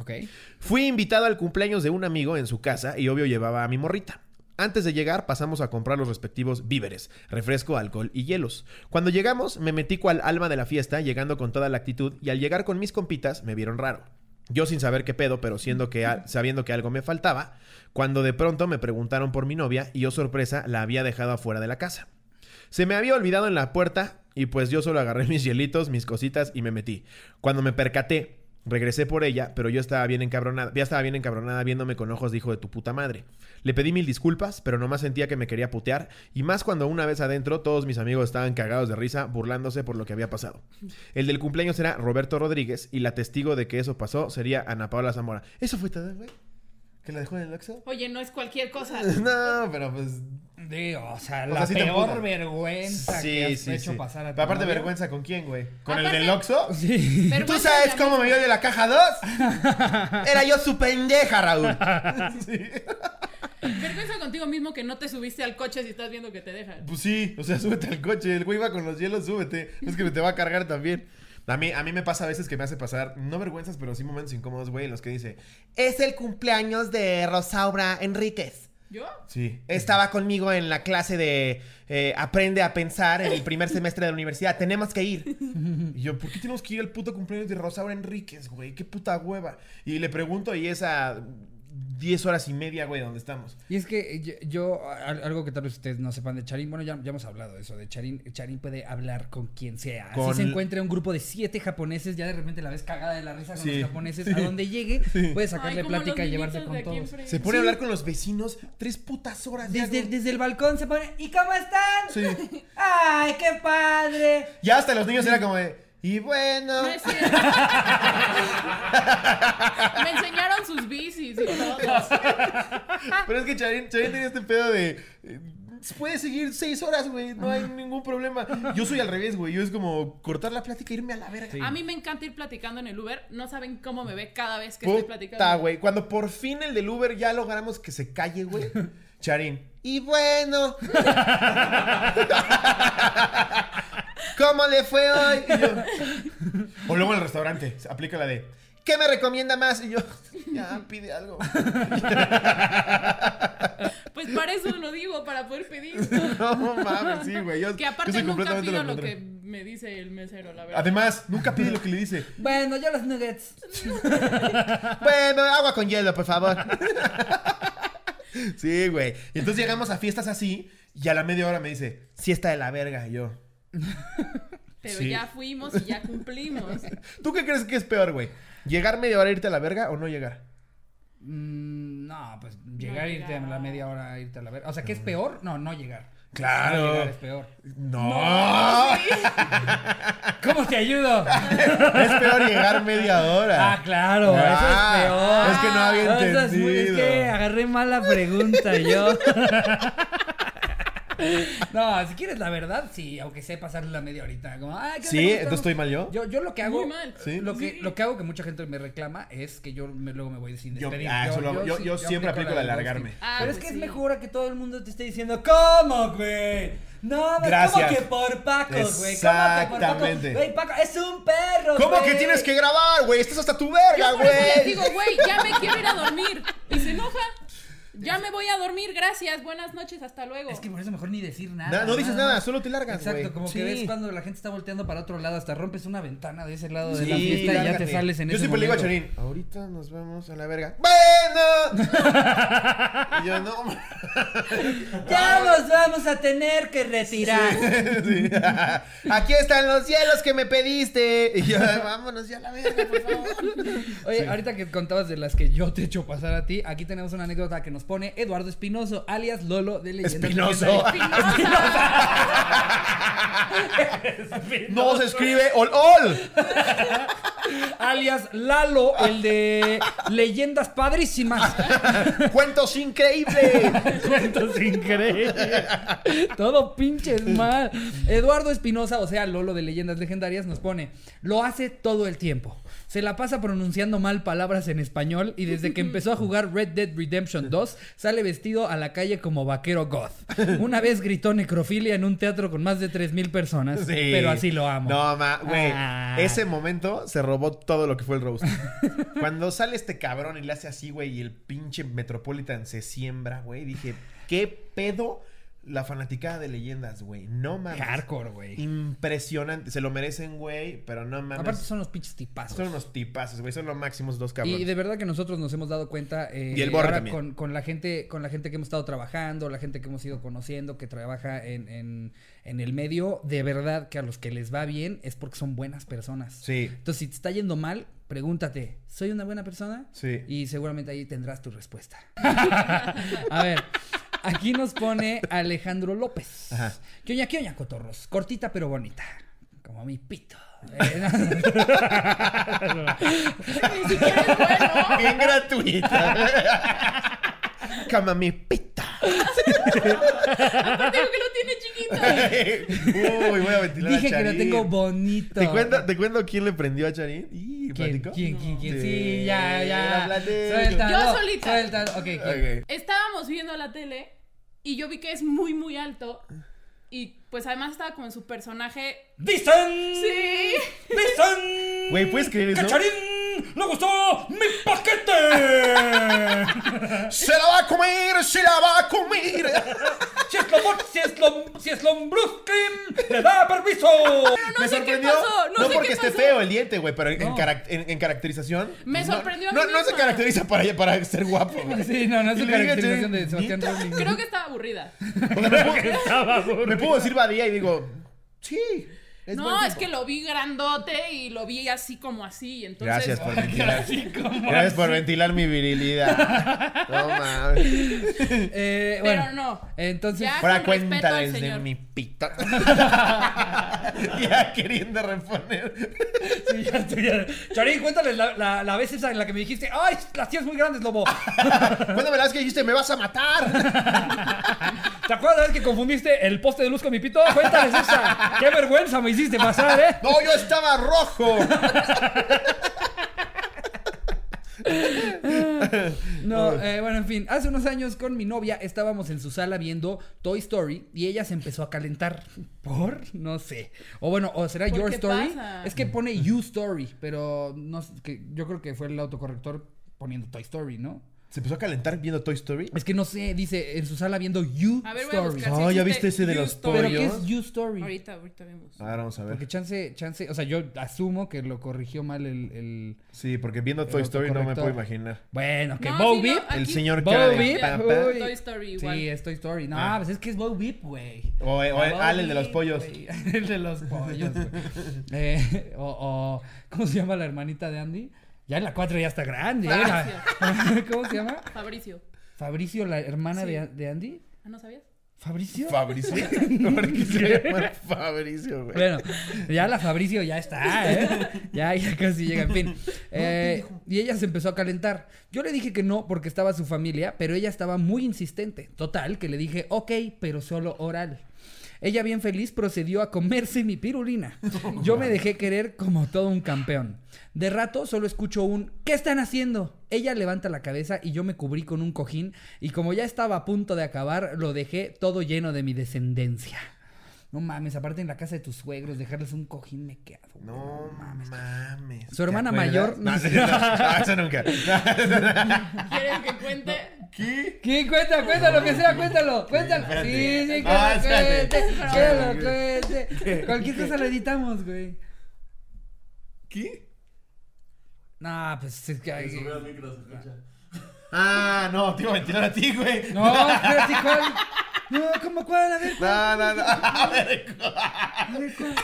[SPEAKER 1] Ok.
[SPEAKER 2] Fui invitado al cumpleaños de un amigo en su casa y obvio llevaba a mi morrita. Antes de llegar pasamos a comprar los respectivos víveres, refresco, alcohol y hielos. Cuando llegamos me metí cual alma de la fiesta, llegando con toda la actitud y al llegar con mis compitas me vieron raro. Yo sin saber qué pedo, pero siendo que a- sabiendo que algo me faltaba, cuando de pronto me preguntaron por mi novia y yo sorpresa la había dejado afuera de la casa. Se me había olvidado en la puerta y pues yo solo agarré (laughs) mis hielitos, mis cositas y me metí. Cuando me percaté, regresé por ella, pero yo estaba bien encabronada, ya estaba bien encabronada viéndome con ojos de hijo de tu puta madre. Le pedí mil disculpas, pero nomás sentía que me quería putear y más cuando una vez adentro todos mis amigos estaban cagados de risa burlándose por lo que había pasado. El del cumpleaños era Roberto Rodríguez y la testigo de que eso pasó sería Ana Paula Zamora. Eso fue todo, güey. ¿Que la dejó en el Oxxo? (laughs)
[SPEAKER 3] Oye, no es cualquier cosa.
[SPEAKER 2] No, pero pues
[SPEAKER 1] De, o sea,
[SPEAKER 2] sea,
[SPEAKER 1] la
[SPEAKER 2] sí te
[SPEAKER 1] peor
[SPEAKER 2] emputa.
[SPEAKER 1] vergüenza que has hecho pasar a tu
[SPEAKER 2] Pero aparte,
[SPEAKER 1] novio.
[SPEAKER 2] vergüenza con quién, güey. ¿Con
[SPEAKER 3] Aparte-
[SPEAKER 2] el del Oxxo?
[SPEAKER 1] Sí.
[SPEAKER 2] (laughs) ¿Tú
[SPEAKER 3] Vergüenza
[SPEAKER 2] sabes
[SPEAKER 3] de la
[SPEAKER 2] cómo me
[SPEAKER 3] misma.
[SPEAKER 2] vio de la caja 2?
[SPEAKER 1] (laughs)
[SPEAKER 2] Era yo su pendeja, Raúl. Sí.
[SPEAKER 3] Vergüenza contigo mismo que no te subiste al coche si estás viendo que te dejan.
[SPEAKER 2] Pues sí, o sea, súbete al coche. El güey va con los hielos, súbete. Es que te va a cargar también. A mí, a mí me pasa a veces que me hace pasar, no vergüenzas, pero sí momentos incómodos, güey, en los que dice: Es el cumpleaños de Rosaura Enríquez.
[SPEAKER 3] ¿Yo?
[SPEAKER 2] Sí. Estaba conmigo en la clase de eh, Aprende a pensar en el primer semestre de la universidad. Tenemos que ir. Y yo, ¿por qué tenemos que ir al puto cumpleaños de Rosaura Enríquez, güey? Qué puta hueva. Y le pregunto, y es a 10 horas y media, güey, donde estamos.
[SPEAKER 1] Y es que eh, yo, yo- al- algo que tal vez ustedes no sepan de Charín, bueno, ya, ya hemos hablado de eso, de Charín, Charín puede hablar con quien sea. Así
[SPEAKER 2] Con-
[SPEAKER 1] se encuentra un grupo de siete japoneses, ya de repente la ves cagada de la risa con
[SPEAKER 2] Sí.
[SPEAKER 1] los japoneses, a donde llegue, puede sacarle
[SPEAKER 3] Ay, como los
[SPEAKER 1] plática y
[SPEAKER 3] niñitos
[SPEAKER 1] llevarse
[SPEAKER 3] de
[SPEAKER 1] con
[SPEAKER 3] aquí
[SPEAKER 1] todos.
[SPEAKER 3] enfrente.
[SPEAKER 2] Se pone a hablar con los vecinos tres putas horas. ya,
[SPEAKER 1] Desde,
[SPEAKER 2] güey.
[SPEAKER 1] desde el balcón se pone, ¿y cómo están?
[SPEAKER 2] Sí.
[SPEAKER 1] (laughs) ¡Ay, qué padre!
[SPEAKER 2] Ya hasta los niños era como de, y bueno.
[SPEAKER 3] No es
[SPEAKER 2] (laughs)
[SPEAKER 3] cierto. Me enseñaron sus bicis y todo.
[SPEAKER 2] Pero es que Charín, Charín tenía este pedo de. eh, Puede seguir seis horas, güey. No hay ningún problema. Yo soy al revés, güey. Yo es como cortar la plática e irme a la verga.
[SPEAKER 3] A mí me encanta ir platicando en el Uber. No saben cómo me ve cada vez que estoy
[SPEAKER 2] Puta,
[SPEAKER 3] platicando.
[SPEAKER 2] güey. Cuando por fin el del Uber ya logramos que se calle, güey.
[SPEAKER 3] (laughs)
[SPEAKER 2] Charín. Y bueno. ¿Cómo le fue hoy?
[SPEAKER 3] (laughs)
[SPEAKER 2] Y yo- O luego en el restaurante. Aplica la de. ¿Qué me recomienda más? Y yo, ya, pide
[SPEAKER 3] (laughs)
[SPEAKER 2] algo.
[SPEAKER 3] Pues para eso lo digo, para poder pedir.
[SPEAKER 2] No mames, sí, güey. Yo,
[SPEAKER 3] Que
[SPEAKER 2] yo
[SPEAKER 3] aparte
[SPEAKER 2] soy
[SPEAKER 3] nunca
[SPEAKER 2] completamente
[SPEAKER 3] pido lo que
[SPEAKER 2] contrario.
[SPEAKER 3] me dice el mesero, la verdad.
[SPEAKER 2] Además, nunca pide lo que le dice.
[SPEAKER 1] Bueno, yo los nuggets.
[SPEAKER 2] Bueno, agua con hielo, por favor. (laughs) sí, güey. Y entonces llegamos a fiestas así y a la media hora me dice, siesta de la verga. Y yo,
[SPEAKER 3] Pero
[SPEAKER 2] sí.
[SPEAKER 3] ya fuimos y
[SPEAKER 2] (laughs)
[SPEAKER 3] ya cumplimos.
[SPEAKER 2] ¿tú qué crees que es peor, güey? ¿Llegar media hora a irte a la verga o no llegar?
[SPEAKER 1] Mm, no, pues llegar,
[SPEAKER 3] No
[SPEAKER 1] irte a
[SPEAKER 3] llegar.
[SPEAKER 1] la media hora, irte a la verga. O sea, ¿qué es peor? No, no llegar.
[SPEAKER 2] Claro.
[SPEAKER 1] No llegar es peor.
[SPEAKER 2] No.
[SPEAKER 1] ¿Cómo te ayudo?
[SPEAKER 2] (laughs) Es peor llegar media hora.
[SPEAKER 1] Ah, claro,
[SPEAKER 2] Ah,
[SPEAKER 1] eso es peor.
[SPEAKER 2] es que no había
[SPEAKER 1] Ah, eso es muy- es, que
[SPEAKER 2] entendido.
[SPEAKER 1] agarré mala pregunta yo. (laughs) No, si quieres la verdad, sí, aunque sé pasarle la media horita. Como, ah, ¿qué onda?
[SPEAKER 2] Sí,
[SPEAKER 1] ¿Cómo
[SPEAKER 2] entonces
[SPEAKER 1] estamos?
[SPEAKER 2] estoy mal yo.
[SPEAKER 1] Yo, yo lo que hago,
[SPEAKER 3] Muy mal.
[SPEAKER 2] Sí.
[SPEAKER 1] lo que
[SPEAKER 3] Sí.
[SPEAKER 1] lo que hago que mucha gente me reclama es que yo me- luego me voy sin
[SPEAKER 2] Yo-
[SPEAKER 1] despedir.
[SPEAKER 2] ah, eso lo hago. Yo-
[SPEAKER 1] sí-
[SPEAKER 2] yo siempre aplico la
[SPEAKER 1] del
[SPEAKER 2] largarme.
[SPEAKER 1] ghosting.
[SPEAKER 3] Ah,
[SPEAKER 1] Pero
[SPEAKER 3] pues
[SPEAKER 1] es que
[SPEAKER 3] sí.
[SPEAKER 1] es mejor a que todo el mundo te esté diciendo, ¿cómo, güey? No, güey, ¿cómo
[SPEAKER 2] Gracias.
[SPEAKER 1] que por Pacos, güey? ¿Cómo que por Paco?
[SPEAKER 2] Exactamente.
[SPEAKER 1] Güey, Paco, es un perro,
[SPEAKER 2] ¿Cómo que
[SPEAKER 1] güey.
[SPEAKER 2] tienes que grabar, güey? Estás hasta tu verga,
[SPEAKER 3] Yo por eso les
[SPEAKER 2] güey.
[SPEAKER 3] digo, güey, ya me quiero ir a dormir. Y se enoja. Ya me voy a dormir, gracias. Buenas noches, hasta luego.
[SPEAKER 1] Es que por eso mejor ni decir nada.
[SPEAKER 2] Na- no dices nada,
[SPEAKER 1] más.
[SPEAKER 2] solo te largas,
[SPEAKER 1] Exacto,
[SPEAKER 2] güey.
[SPEAKER 1] como
[SPEAKER 2] Sí.
[SPEAKER 1] que ves cuando la gente está volteando para otro lado, hasta rompes una ventana de ese lado de
[SPEAKER 2] Sí,
[SPEAKER 1] la fiesta y ya
[SPEAKER 2] lárgate.
[SPEAKER 1] te sales en
[SPEAKER 2] Yo
[SPEAKER 1] ese
[SPEAKER 2] siempre le digo a
[SPEAKER 1] momento.
[SPEAKER 2] Charín, ahorita nos vamos a la verga. ¡Bueno! (laughs) y yo, no. ma-
[SPEAKER 1] Ya nos vamos a tener que retirar.
[SPEAKER 2] Sí. Aquí están los hielos que me pediste. Y yo, vámonos ya a la verga, por (laughs) favor.
[SPEAKER 1] Oye, ahorita que contabas de las que yo te echo pasar a ti, aquí tenemos una anécdota que nos pone Eduardo Espinoso, alias Lolo de Leyendas
[SPEAKER 2] Espinoso.
[SPEAKER 1] Legendarias.
[SPEAKER 2] No se escribe ol ol.
[SPEAKER 1] alias Lalo, el de Leyendas Padrísimas.
[SPEAKER 2] Cuentos increíbles.
[SPEAKER 1] Cuentos increíbles.
[SPEAKER 2] (laughs)
[SPEAKER 1] Todo pinches mal. Eduardo Espinosa, o sea, Lolo de Leyendas Legendarias, nos pone, lo hace todo el tiempo. Se la pasa pronunciando mal palabras en español y desde que empezó a jugar Red Dead Redemption 2 sale vestido a la calle como vaquero goth. Una vez gritó necrofilia en un teatro con más de 3000 personas,
[SPEAKER 2] Sí.
[SPEAKER 1] pero así lo amo.
[SPEAKER 2] No, ma, güey.
[SPEAKER 1] Ah.
[SPEAKER 2] Ese momento se robó todo lo que fue el roast. (laughs) Cuando sale este cabrón y le hace así, güey, y el pinche Metropolitan se siembra, güey, dije, ¿qué pedo la fanaticada de leyendas, güey? No mames.
[SPEAKER 1] Hardcore, güey.
[SPEAKER 2] Impresionante. Se lo merecen, güey, pero no mames.
[SPEAKER 1] Aparte son los pinches tipazos.
[SPEAKER 2] son unos tipazos, güey. Son los máximos dos cabrones.
[SPEAKER 1] Y de verdad que nosotros nos hemos dado cuenta eh,
[SPEAKER 2] Y el borre
[SPEAKER 1] ahora
[SPEAKER 2] también.
[SPEAKER 1] Con, con la gente, con la gente que hemos estado trabajando, la gente que hemos ido conociendo, que trabaja en, en- en el medio, de verdad que a los que les va bien es porque son buenas personas.
[SPEAKER 2] Sí.
[SPEAKER 1] Entonces, si te está yendo mal, pregúntate, ¿soy una buena persona?
[SPEAKER 2] Sí.
[SPEAKER 1] Y seguramente ahí tendrás tu respuesta. (laughs) a ver. Aquí nos pone Alejandro López.
[SPEAKER 2] Ajá.
[SPEAKER 1] Quioña, quioña, cotorros. Cortita pero bonita. Como mi
[SPEAKER 2] (laughs)
[SPEAKER 1] pito. Eh, no.
[SPEAKER 3] Ni siquiera
[SPEAKER 2] (laughs)
[SPEAKER 3] es bueno.
[SPEAKER 2] Bien gratuita.
[SPEAKER 1] (laughs)
[SPEAKER 2] Cama mi pita.
[SPEAKER 3] Aparte digo que lo tiene chiquito.
[SPEAKER 2] (laughs) Uy, voy a ventilar
[SPEAKER 1] Dije
[SPEAKER 2] a
[SPEAKER 1] que lo
[SPEAKER 2] Charín.
[SPEAKER 1] tengo bonito.
[SPEAKER 2] ¿Te cuento, ¿Te cuento quién le prendió a Charín? ¿Y
[SPEAKER 1] ¿Quién,
[SPEAKER 2] platicó?
[SPEAKER 1] quién, quién, quién? Sí,
[SPEAKER 2] Sí,
[SPEAKER 1] ya, ya.
[SPEAKER 2] la platico.
[SPEAKER 1] Suéltalo,
[SPEAKER 3] Yo solita.
[SPEAKER 1] Suéltalo. Ok, ¿quién?
[SPEAKER 2] Ok.
[SPEAKER 3] Estábamos viendo la tele y yo vi que es muy, muy alto. Y pues además estaba con su personaje.
[SPEAKER 1] ¡Dicen!
[SPEAKER 3] Sí.
[SPEAKER 1] ¡Dicen!
[SPEAKER 2] Güey, ¿puedes creer eso?
[SPEAKER 1] ¡Cacharín! ¡No gustó mi (laughs) paquete!
[SPEAKER 2] ¡Se la va a comer! ¡Se la va a comer! (laughs)
[SPEAKER 1] si es lo, si es lo, si es lombruskin, le da permiso.
[SPEAKER 2] Me
[SPEAKER 3] sé qué
[SPEAKER 2] sorprendió.
[SPEAKER 3] pasó, no
[SPEAKER 2] no
[SPEAKER 3] sé
[SPEAKER 2] porque
[SPEAKER 3] qué
[SPEAKER 2] esté
[SPEAKER 3] pasó.
[SPEAKER 2] feo el diente, güey, pero en,
[SPEAKER 1] No.
[SPEAKER 2] carac- en- en caracterización.
[SPEAKER 3] Me
[SPEAKER 2] pues, no-
[SPEAKER 3] sorprendió a
[SPEAKER 2] No,
[SPEAKER 3] mí
[SPEAKER 2] no se
[SPEAKER 3] misma.
[SPEAKER 2] caracteriza para, para ser guapo. güey.
[SPEAKER 1] Sí, no, no es
[SPEAKER 2] Y
[SPEAKER 1] su
[SPEAKER 2] le dije,
[SPEAKER 1] caracterización
[SPEAKER 2] "Charín,
[SPEAKER 1] de Sebastián Rowling.
[SPEAKER 3] Creo que estaba aburrida.
[SPEAKER 2] (laughs) O sea, me puedo- Me puedo decir Badía y digo, sí. buen
[SPEAKER 3] no, es
[SPEAKER 2] tipo".
[SPEAKER 3] que lo vi grandote y lo vi así como así. y Entonces,
[SPEAKER 2] Gracias
[SPEAKER 3] (laughs)
[SPEAKER 2] por ventilar.
[SPEAKER 1] Así como
[SPEAKER 2] Gracias por ventilar mi virilidad. No mames.
[SPEAKER 1] Eh,
[SPEAKER 3] Pero
[SPEAKER 1] bueno,
[SPEAKER 3] no.
[SPEAKER 1] Entonces,
[SPEAKER 3] Ya
[SPEAKER 2] Ahora
[SPEAKER 3] Ah, con respeto al
[SPEAKER 2] cuéntales de
[SPEAKER 3] señor.
[SPEAKER 2] mi
[SPEAKER 3] (laughs)
[SPEAKER 2] pita. ya queriendo reponer.
[SPEAKER 1] (laughs) Sí, ya estoy- ya. Charín, cuéntales la, la- la vez esa en la que me dijiste, ¡ay, las tías muy grandes, lobo!
[SPEAKER 2] ¿Cuándo me la vez que dijiste me vas a matar?
[SPEAKER 1] ¿Te acuerdas la vez que confundiste el poste de luz con mi pito? Cuéntales esa. ¡Qué vergüenza me hiciste pasar, eh!
[SPEAKER 2] No, yo estaba rojo.
[SPEAKER 1] No, eh, bueno, en fin. Hace unos años con mi novia estábamos en su sala viendo Toy Story y ella se empezó a calentar. ¿Por? No sé. O bueno, o será
[SPEAKER 3] ¿Por
[SPEAKER 1] Your
[SPEAKER 3] qué
[SPEAKER 1] Story.
[SPEAKER 3] pasa?
[SPEAKER 1] Es que pone You Story, pero no sé, que yo creo que fue el autocorrector poniendo Toy Story, ¿no?
[SPEAKER 2] ¿Se empezó a calentar viendo Toy Story?
[SPEAKER 1] Es que no sé, dice en su sala viendo You
[SPEAKER 3] A ver, voy a
[SPEAKER 1] Story.
[SPEAKER 3] buscar.
[SPEAKER 2] No,
[SPEAKER 3] si
[SPEAKER 2] ya
[SPEAKER 3] existe
[SPEAKER 2] viste ese de
[SPEAKER 3] You
[SPEAKER 2] los Ah.
[SPEAKER 3] Story.
[SPEAKER 1] Pero
[SPEAKER 2] pollos.
[SPEAKER 1] ¿qué es You Story?
[SPEAKER 3] Ahorita, ahorita vemos.
[SPEAKER 2] A ver, vamos a ver.
[SPEAKER 1] Porque chance, chance, o sea, yo asumo que lo corrigió mal el... el-
[SPEAKER 2] Sí, porque viendo
[SPEAKER 1] El
[SPEAKER 2] Toy Story no me
[SPEAKER 1] autocorrector.
[SPEAKER 2] puedo imaginar.
[SPEAKER 1] Bueno, que
[SPEAKER 3] No,
[SPEAKER 1] Bo
[SPEAKER 3] sí, no,
[SPEAKER 1] Bip.
[SPEAKER 3] Aquí-
[SPEAKER 2] El señor
[SPEAKER 1] Bo
[SPEAKER 2] cara de
[SPEAKER 1] Bip,
[SPEAKER 2] papa.
[SPEAKER 1] uy.
[SPEAKER 3] Toy Story igual.
[SPEAKER 1] Sí, es Toy Story. No,
[SPEAKER 2] Ah.
[SPEAKER 1] pues es que es Bo Bip, güey.
[SPEAKER 2] O, o el,
[SPEAKER 1] Bo
[SPEAKER 2] al, el de los
[SPEAKER 1] Bip,
[SPEAKER 2] pollos. (laughs)
[SPEAKER 1] güey. El de los pollos, güey. (laughs) Eh, o, o, ¿cómo se llama la hermanita de Andy? Ya en la 4 ya está grande. eh. (laughs) ¿Cómo se llama?
[SPEAKER 3] Fabricio.
[SPEAKER 1] Fabricio, la hermana
[SPEAKER 3] Sí.
[SPEAKER 1] de, de Andy.
[SPEAKER 3] ¿Ah, no sabías?
[SPEAKER 1] ¿Fabricio? (laughs)
[SPEAKER 2] Fabricio. ¿Por qué se llama Fabricio, güey?
[SPEAKER 1] Bueno, ya la Fabricio ya está, ¿eh? Ya, ya casi llega, en fin. Eh, y ella se empezó a calentar. Yo le dije que no porque estaba su familia, pero ella estaba muy insistente. Total, que le dije, ok, pero solo oral. Ella bien feliz procedió a comerse mi pirulina. Yo me dejé querer como todo un campeón. De rato solo escucho un ¿Qué están haciendo? Ella levanta la cabeza y yo me cubrí con un cojín y como ya estaba a punto de acabar, lo dejé todo lleno de mi descendencia. No mames, aparte en la casa de tus suegros, dejarles un cojín me quedo. güey,
[SPEAKER 2] No mames.
[SPEAKER 1] Su hermana
[SPEAKER 2] ¿Te
[SPEAKER 1] mayor-
[SPEAKER 2] acuerdas? No, sí, no, no, eso nunca.
[SPEAKER 1] (laughs)
[SPEAKER 3] ¿Quieres que cuente?
[SPEAKER 2] ¿Qué?
[SPEAKER 1] ¿Quién cuenta? Cuéntalo, que sea, cuéntalo, cuéntalo. Sí, sí, que
[SPEAKER 2] Ah,
[SPEAKER 1] lo
[SPEAKER 2] espérate.
[SPEAKER 1] cuente, que lo
[SPEAKER 2] Espérate.
[SPEAKER 1] cuente. Cualquier cosa lo editamos, güey.
[SPEAKER 2] ¿Qué?
[SPEAKER 1] No, pues es que...
[SPEAKER 2] Ah, no, te iba a mentir a ti, güey.
[SPEAKER 1] No, espérate, ¿cuál? No, ¿cómo cuál? A ver,
[SPEAKER 2] No, no, (laughs) no. A ver,
[SPEAKER 1] a ver, ¿cuál?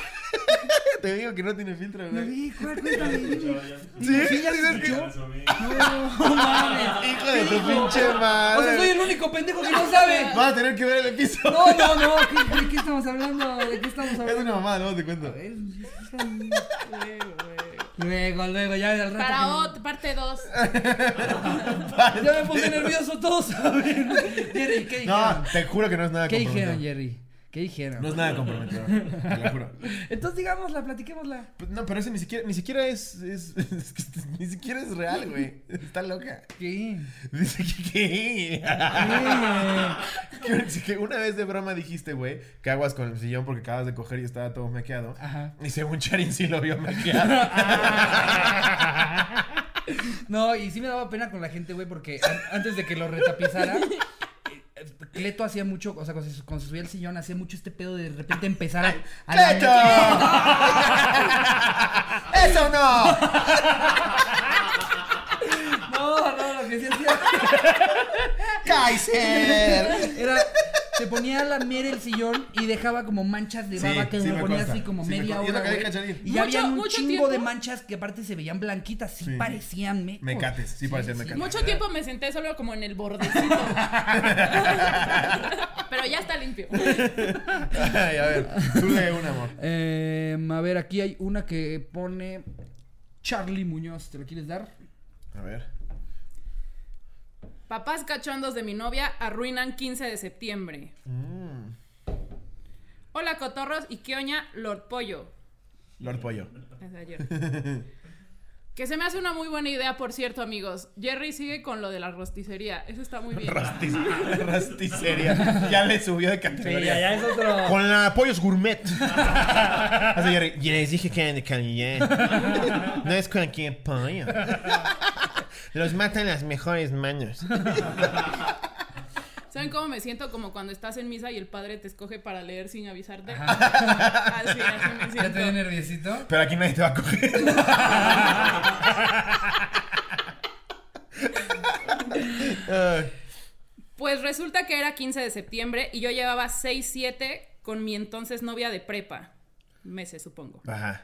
[SPEAKER 2] te digo que no tiene filtro,
[SPEAKER 1] No
[SPEAKER 2] güey.
[SPEAKER 1] vi, ¿cuál? Cuéntame, dime.
[SPEAKER 2] ¿Sí?
[SPEAKER 1] ¿Sí ya
[SPEAKER 2] ¿Dices que-
[SPEAKER 1] escuchó?
[SPEAKER 4] (laughs)
[SPEAKER 1] No,
[SPEAKER 2] (laughs)
[SPEAKER 1] mames.
[SPEAKER 2] Hijo de tu pinche
[SPEAKER 1] O sea, soy
[SPEAKER 2] madre.
[SPEAKER 1] el único pendejo que no sabe.
[SPEAKER 2] Vas a tener que ver el episodio.
[SPEAKER 1] No, no, no, ¿qué- ¿de qué estamos hablando? ¿De qué estamos
[SPEAKER 2] Es una
[SPEAKER 1] hablando?
[SPEAKER 2] mamada, no te cuento.
[SPEAKER 1] Luego, luego, ya al rato. que-
[SPEAKER 3] Para otra, parte 2.
[SPEAKER 1] Ya me puse nervioso todos, ¿saben? Jerry, ¿qué dijeron?
[SPEAKER 2] No, te juro que no es nada
[SPEAKER 1] ¿Qué
[SPEAKER 2] comprometedor.
[SPEAKER 1] dijeron, Jerry? ¿Qué dijeron?
[SPEAKER 2] No es nada comprometedor, te lo juro.
[SPEAKER 1] Entonces, digámosla, platiquémosla.
[SPEAKER 2] Pues, No, pero ese ni siquiera, ni siquiera es, es- (laughs) es que este- ni siquiera es real, güey. Está loca.
[SPEAKER 1] ¿Qué?
[SPEAKER 2] Dice que, que-
[SPEAKER 1] ¿Qué?
[SPEAKER 2] que- que una vez de broma dijiste, güey, que aguas con el sillón porque acabas de coger y estaba todo mequeado.
[SPEAKER 1] Ajá. (laughs)
[SPEAKER 2] Y según Charin sí lo vio (laughs) mequeado. Ah. (laughs)
[SPEAKER 1] No, y sí me daba pena con la gente, güey, porque an- antes de que lo retapizara, eh, eh, Cleto hacía mucho, o sea, cuando se, cuando se subía al sillón, hacía mucho este pedo de repente empezar a. a la-
[SPEAKER 2] ¡Cleto! (laughs) ¡Eso no!
[SPEAKER 1] No, no, lo que sí hacía
[SPEAKER 2] ¡Kaiser!
[SPEAKER 1] era. Se ponía a lamer el sillón y dejaba como manchas de
[SPEAKER 2] Sí,
[SPEAKER 1] baba que
[SPEAKER 2] sí
[SPEAKER 1] se
[SPEAKER 2] me
[SPEAKER 1] ponía
[SPEAKER 2] consta,
[SPEAKER 1] así como
[SPEAKER 2] sí me
[SPEAKER 1] media
[SPEAKER 2] consta. Yo
[SPEAKER 1] hora.
[SPEAKER 2] lo que
[SPEAKER 1] güey.
[SPEAKER 2] dije, Charín.
[SPEAKER 1] y ya
[SPEAKER 3] Mucho-
[SPEAKER 1] había un
[SPEAKER 3] mucho
[SPEAKER 1] chingo
[SPEAKER 3] tiempo.
[SPEAKER 1] de manchas que aparte se veían blanquitas, sí,
[SPEAKER 2] Sí.
[SPEAKER 1] parecían mecos.
[SPEAKER 2] Mecates, sí parecían mecates.
[SPEAKER 3] Mucho tiempo me senté solo como en el bordecito. Pero ya está limpio.
[SPEAKER 2] Ay, a ver, tú lee un amor.
[SPEAKER 1] Em, a ver, aquí hay una que pone Charlie Muñoz. ¿Te lo quieres dar?
[SPEAKER 2] A ver.
[SPEAKER 3] Papás cachondos de mi novia arruinan 15 de septiembre.
[SPEAKER 2] Mm.
[SPEAKER 3] Hola cotorros y qué oña Lord Pollo.
[SPEAKER 2] Lord Pollo.
[SPEAKER 3] Es
[SPEAKER 1] (laughs)
[SPEAKER 3] de ayer. Que se me hace una muy buena idea, por cierto, amigos. Jerry sigue con lo de la rosticería. Eso está muy bien.
[SPEAKER 2] Rastis, (laughs) rasticería. Ya le subió de categoría.
[SPEAKER 1] es
[SPEAKER 2] (laughs)
[SPEAKER 1] otro.
[SPEAKER 2] Con la pollos (laughs) gourmet. Así, Jerry, "Y les dije que eran de calidad. No es cualquier (laughs) pollo. Los matan las mejores manos.
[SPEAKER 3] ¿Saben cómo me siento? Como cuando estás en misa y el padre te escoge para leer sin avisarte. (laughs) Así, así me
[SPEAKER 1] ¿Ya te dio
[SPEAKER 3] siento.
[SPEAKER 1] nerviosito?
[SPEAKER 2] Pero aquí nadie te va a coger. Ay.
[SPEAKER 3] Pues resulta que era 15 de septiembre y yo llevaba 6-7 con mi entonces novia de prepa. Meses, supongo.
[SPEAKER 2] Ajá.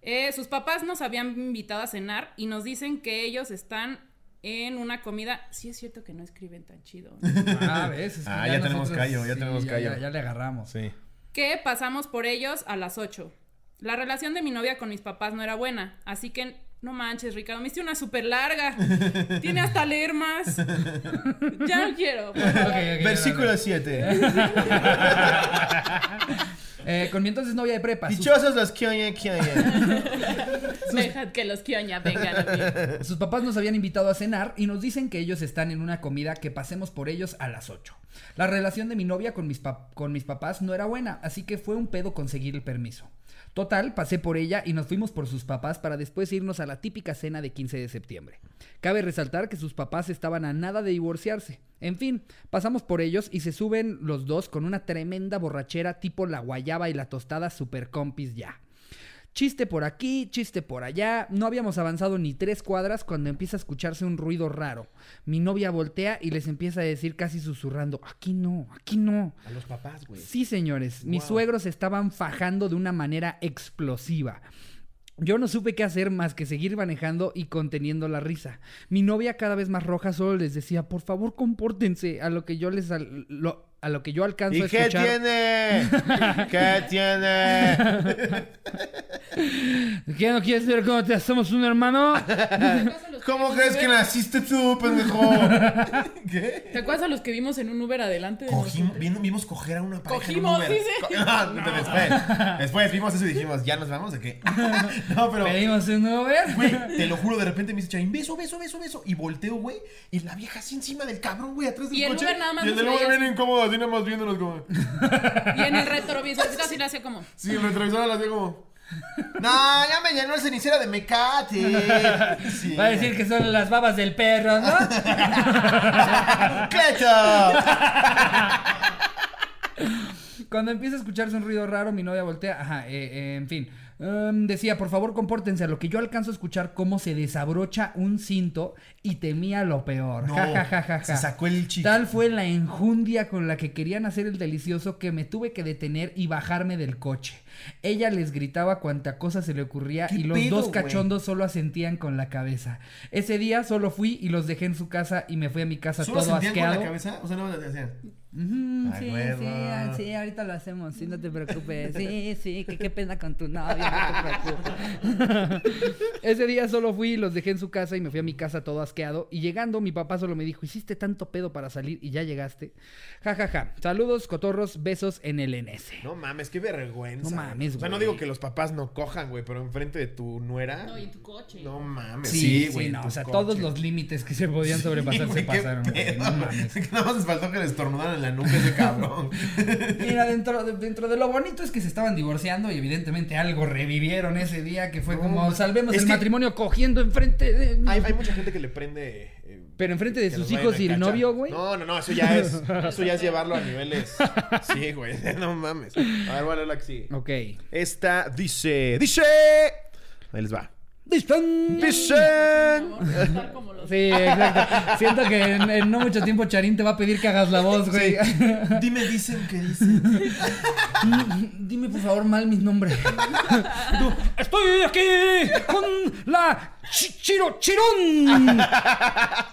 [SPEAKER 3] Eh, sus papás nos habían invitado a cenar y nos dicen que ellos están en una comida. Sí, es cierto que no escriben tan chido. (laughs) ¿no?
[SPEAKER 1] Ah, ves, es que
[SPEAKER 2] Ah, ya tenemos callo, ya tenemos
[SPEAKER 1] ya-
[SPEAKER 2] callo.
[SPEAKER 1] Ya, ya le agarramos.
[SPEAKER 2] Sí.
[SPEAKER 3] que pasamos por ellos a las 8. La relación de mi novia con mis papás no era buena, así que no manches, Ricardo, me hice una súper (laughs) larga. Tiene hasta leer (laughs) más. ya no quiero. por favor.
[SPEAKER 1] Ok, ok.
[SPEAKER 2] Versículo 7.
[SPEAKER 3] (laughs)
[SPEAKER 1] (laughs) Eh, con mi entonces novia de prepa. Sus,
[SPEAKER 2] Dichosos los que oyen, que
[SPEAKER 3] (laughs)
[SPEAKER 2] oyen.
[SPEAKER 3] Dejad que los quioña (laughs) vengan a mí.
[SPEAKER 1] sus papás nos habían invitado a cenar y nos dicen que ellos están en una comida que pasemos por ellos a las 8. La relación de mi novia con mis, pap- con mis papás no era buena, así que fue un pedo conseguir el permiso. Total, pasé por ella y nos fuimos por sus papás para después irnos a la típica cena de 15 de septiembre. Cabe resaltar que sus papás estaban a nada de divorciarse. En fin, pasamos por ellos y se suben los dos con una tremenda borrachera tipo la guayaba y la tostada super compis ya. Chiste por aquí, chiste por allá. No habíamos avanzado ni tres cuadras cuando empieza a escucharse un ruido raro. Mi novia voltea y les empieza a decir casi susurrando, aquí no, aquí no.
[SPEAKER 2] A los papás, güey.
[SPEAKER 1] Sí, señores, mis
[SPEAKER 2] Wow.
[SPEAKER 1] suegros estaban fajando de una manera explosiva. Yo no supe qué hacer más que seguir manejando y conteniendo la risa. Mi novia cada vez más roja solo les decía, por favor, compórtense a lo que yo les... al- lo- a lo que yo alcanzo
[SPEAKER 2] ¿Y
[SPEAKER 1] a
[SPEAKER 2] qué
[SPEAKER 1] escuchar.
[SPEAKER 3] (laughs)
[SPEAKER 2] tiene? ¿Qué tiene?
[SPEAKER 1] ¿Qué no quieres ver cómo te hacemos un
[SPEAKER 2] (laughs)
[SPEAKER 1] hermano?
[SPEAKER 2] ¿Cómo crees que naciste tú, pendejo? ¿Qué?
[SPEAKER 3] ¿Te acuerdas a los que vimos en un Uber adelante? de
[SPEAKER 2] Cogimos, vimos, vimos coger a una pareja.
[SPEAKER 3] Cogimos,
[SPEAKER 2] en un Uber.
[SPEAKER 3] dice.
[SPEAKER 2] Co- (laughs) Ah, No, después. Después vimos eso y dijimos, ¿ya nos vamos de qué? (laughs) No, pero.
[SPEAKER 1] ¿Pedimos un Uber?
[SPEAKER 2] Güey, te lo juro, de repente me dice Chain, beso, beso, beso, beso. Y volteo, güey. Y la vieja así encima del cabrón, güey, atrás del
[SPEAKER 3] Y el
[SPEAKER 2] coche.
[SPEAKER 3] Uber nada más
[SPEAKER 2] y el
[SPEAKER 3] nos
[SPEAKER 2] del Uber
[SPEAKER 3] veía
[SPEAKER 2] bien incómodo, así nada más viéndonos como.
[SPEAKER 3] nosotros? Y en el retrovisorcito así le hacía como.
[SPEAKER 2] Sí, el retrovisor la hacía como. No, ya me llenó el cenicero
[SPEAKER 1] (laughs)
[SPEAKER 2] de mecate. Sí.
[SPEAKER 1] Va a decir que son las babas del perro,
[SPEAKER 2] (laughs)
[SPEAKER 1] ¿no? (laughs)
[SPEAKER 2] ¡Cleto!
[SPEAKER 1] Cuando empieza a escucharse un ruido raro, mi novia voltea. Ajá, eh, eh, en fin. Em, decía, por favor, compórtense. A lo que yo alcanzo a escuchar cómo se desabrocha un cinto y temía lo peor.
[SPEAKER 2] No,
[SPEAKER 1] ja, ja, ja, ja,
[SPEAKER 2] se
[SPEAKER 1] ja.
[SPEAKER 2] sacó el chicle.
[SPEAKER 1] Tal fue la enjundia con la que querían hacer el delicioso que me tuve que detener y bajarme del coche. Ella les gritaba cuanta cosa se le ocurría
[SPEAKER 2] ¿Qué
[SPEAKER 1] y los
[SPEAKER 2] pedo,
[SPEAKER 1] dos
[SPEAKER 2] güey?
[SPEAKER 1] cachondos solo asentían con la cabeza. Ese día solo fui y los dejé en su casa y me fui a mi casa
[SPEAKER 2] ¿Solo
[SPEAKER 1] todo
[SPEAKER 2] sentían con
[SPEAKER 1] asqueado.
[SPEAKER 2] la cabeza? O sea, no me la hacían.
[SPEAKER 1] Ujú,
[SPEAKER 2] A
[SPEAKER 1] sí,
[SPEAKER 2] huevo.
[SPEAKER 1] sí, ah, sí, ahorita lo hacemos, sí, no te preocupes. Sí, sí, que qué pena con tu novio, no te preocupes. (laughs) Ese día solo fui y los dejé en su casa y me fui a mi casa todo asqueado. Y llegando, mi papá solo me dijo, hiciste tanto pedo para salir y ya llegaste. Ja, ja, ja. Saludos, cotorros, besos en el NS.
[SPEAKER 2] No mames, qué vergüenza.
[SPEAKER 1] No mames,
[SPEAKER 2] O sea, no
[SPEAKER 1] güey.
[SPEAKER 2] digo que los papás no cojan, güey, pero enfrente de tu nuera.
[SPEAKER 3] No, y en tu coche.
[SPEAKER 2] No mames.
[SPEAKER 1] Sí,
[SPEAKER 2] güey,
[SPEAKER 1] sí,
[SPEAKER 2] en
[SPEAKER 1] no,
[SPEAKER 2] tu
[SPEAKER 1] o sea,
[SPEAKER 2] coche.
[SPEAKER 1] todos los límites que se podían sobrepasar
[SPEAKER 2] (laughs) Sí,
[SPEAKER 1] se
[SPEAKER 2] güey, qué
[SPEAKER 1] pasaron. güey,
[SPEAKER 2] pedo,
[SPEAKER 1] No mames.
[SPEAKER 2] güey. (laughs) Nada más les faltó que les estornudaran en la nuca ese cabrón.
[SPEAKER 1] Mira, dentro de, dentro de lo bonito es que se estaban divorciando y evidentemente algo revivieron ese día que fue
[SPEAKER 2] No,
[SPEAKER 1] como salvemos
[SPEAKER 2] es
[SPEAKER 1] el
[SPEAKER 2] que-
[SPEAKER 1] matrimonio cogiendo enfrente de...
[SPEAKER 2] hay, hay mucha gente que le prende. eh,
[SPEAKER 1] Pero enfrente de
[SPEAKER 2] que
[SPEAKER 1] sus
[SPEAKER 2] los vayan
[SPEAKER 1] hijos
[SPEAKER 2] a
[SPEAKER 1] y el
[SPEAKER 2] cachar.
[SPEAKER 1] novio, güey.
[SPEAKER 2] No, no, no, eso ya
[SPEAKER 1] (laughs)
[SPEAKER 2] es. Eso ya es llevarlo a niveles. Sí, güey. (laughs) No mames. A ver, vale, la que sigue.
[SPEAKER 1] Ok.
[SPEAKER 2] Esta dice. ¡Dice! Ahí les va.
[SPEAKER 1] ¡Dispon!
[SPEAKER 2] ¡Dice!
[SPEAKER 3] Por favor, estar como los-
[SPEAKER 1] Sí, exacto. Siento que en, en no mucho tiempo Charín te va a pedir que hagas la voz, güey.
[SPEAKER 2] Dime, dicen que dicen.
[SPEAKER 1] (laughs) Dime por favor mal mis (laughs) nombres. Tú, Estoy aquí con la Chi- Chiro (laughs) Chirón.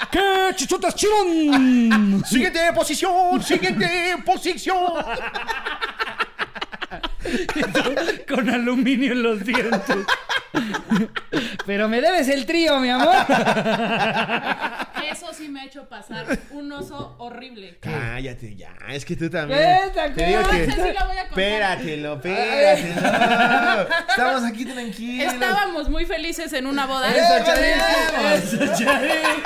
[SPEAKER 1] ¡Qué chichotas Chirón!
[SPEAKER 2] ¡Siguiente posición! ¡Siguiente posición!
[SPEAKER 1] con aluminio en los dientes. (laughs) Pero me debes el trío, mi amor.
[SPEAKER 3] Eso sí me ha hecho pasar un oso horrible.
[SPEAKER 2] Cállate ya. Es que tú también.
[SPEAKER 1] Vete,
[SPEAKER 2] Te digo que.
[SPEAKER 3] Esa sí la voy a contar.
[SPEAKER 2] Espératelo, espératelo. Estamos aquí tranquilos.
[SPEAKER 3] Estábamos muy felices en una boda.
[SPEAKER 1] Eso,
[SPEAKER 2] Charín.
[SPEAKER 1] Eso, Charín.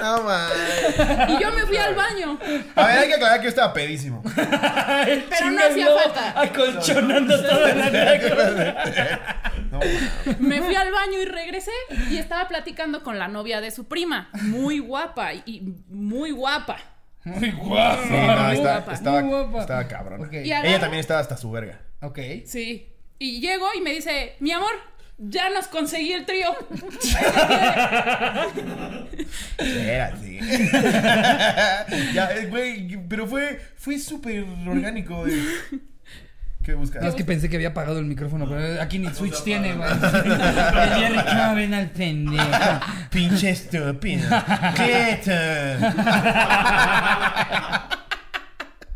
[SPEAKER 2] No mames.
[SPEAKER 3] Y yo me fui al baño.
[SPEAKER 2] A ver, hay que aclarar que yo estaba pedísimo.
[SPEAKER 3] Pero no hacía
[SPEAKER 1] Chingalo,
[SPEAKER 3] falta.
[SPEAKER 1] Acolchonando toda la negra.
[SPEAKER 2] No, mames.
[SPEAKER 3] Me fui al baño y regresé y estaba platicando con la novia de su prima. Muy guapa y- y muy guapa.
[SPEAKER 1] Muy guapa.
[SPEAKER 2] Sí, no,
[SPEAKER 1] muy
[SPEAKER 2] está-
[SPEAKER 3] guapa,
[SPEAKER 2] estaba,
[SPEAKER 1] muy guapa.
[SPEAKER 2] estaba cabrona.
[SPEAKER 1] Ok.
[SPEAKER 3] Y agarra-
[SPEAKER 2] Ella también estaba hasta su verga.
[SPEAKER 1] Ok.
[SPEAKER 3] Sí. Y llego y me dice, mi amor, ya nos conseguí el trío. Así
[SPEAKER 2] Espérate. ya, eh, güey, pero fue, fue súper orgánico. de- ¿Qué buscas?
[SPEAKER 1] No, es que pensé que había apagado el micrófono, pero aquí ni Switch tiene, güey. (laughs) Ayer no ven al pendejo.
[SPEAKER 2] Pinche estúpido. Clayton.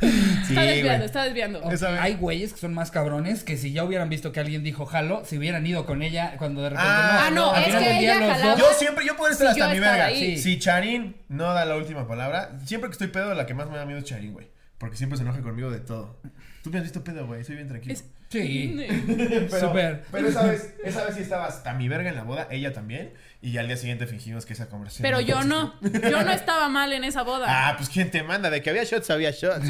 [SPEAKER 2] sí,
[SPEAKER 3] está desviando,
[SPEAKER 2] güey.
[SPEAKER 3] está desviando.
[SPEAKER 1] Ok,
[SPEAKER 2] (laughs) Esa vez-
[SPEAKER 1] Hay güeyes que son más cabrones que si ya hubieran visto que alguien dijo jalo, se hubieran ido con ella cuando de repente
[SPEAKER 2] Ah,
[SPEAKER 1] no.
[SPEAKER 3] no,
[SPEAKER 1] al
[SPEAKER 3] es
[SPEAKER 1] final
[SPEAKER 3] que
[SPEAKER 1] del día
[SPEAKER 3] ella
[SPEAKER 1] los
[SPEAKER 3] jalaba.
[SPEAKER 1] dos-
[SPEAKER 2] Yo siempre, yo puedo estar
[SPEAKER 3] Sí,
[SPEAKER 2] hasta
[SPEAKER 3] yo
[SPEAKER 2] mi
[SPEAKER 3] estaba
[SPEAKER 2] verga.
[SPEAKER 3] ahí.
[SPEAKER 2] Si Charín no da la última palabra, siempre que estoy pedo, la que más me da miedo es Charín, güey. Porque siempre se enoja conmigo de todo. Tú me has visto pedo, güey. Soy bien tranquilo.
[SPEAKER 3] Es- eh,
[SPEAKER 1] Sí.
[SPEAKER 2] (laughs) Pero,
[SPEAKER 1] Súper.
[SPEAKER 2] pero esa vez, esa vez sí estaba hasta mi verga en la boda, ella también, y al día siguiente fingimos que esa conversación.
[SPEAKER 3] Pero
[SPEAKER 1] pues.
[SPEAKER 3] yo no, yo no estaba mal en esa boda.
[SPEAKER 2] Ah, pues quién te manda, de que había shots, había shots.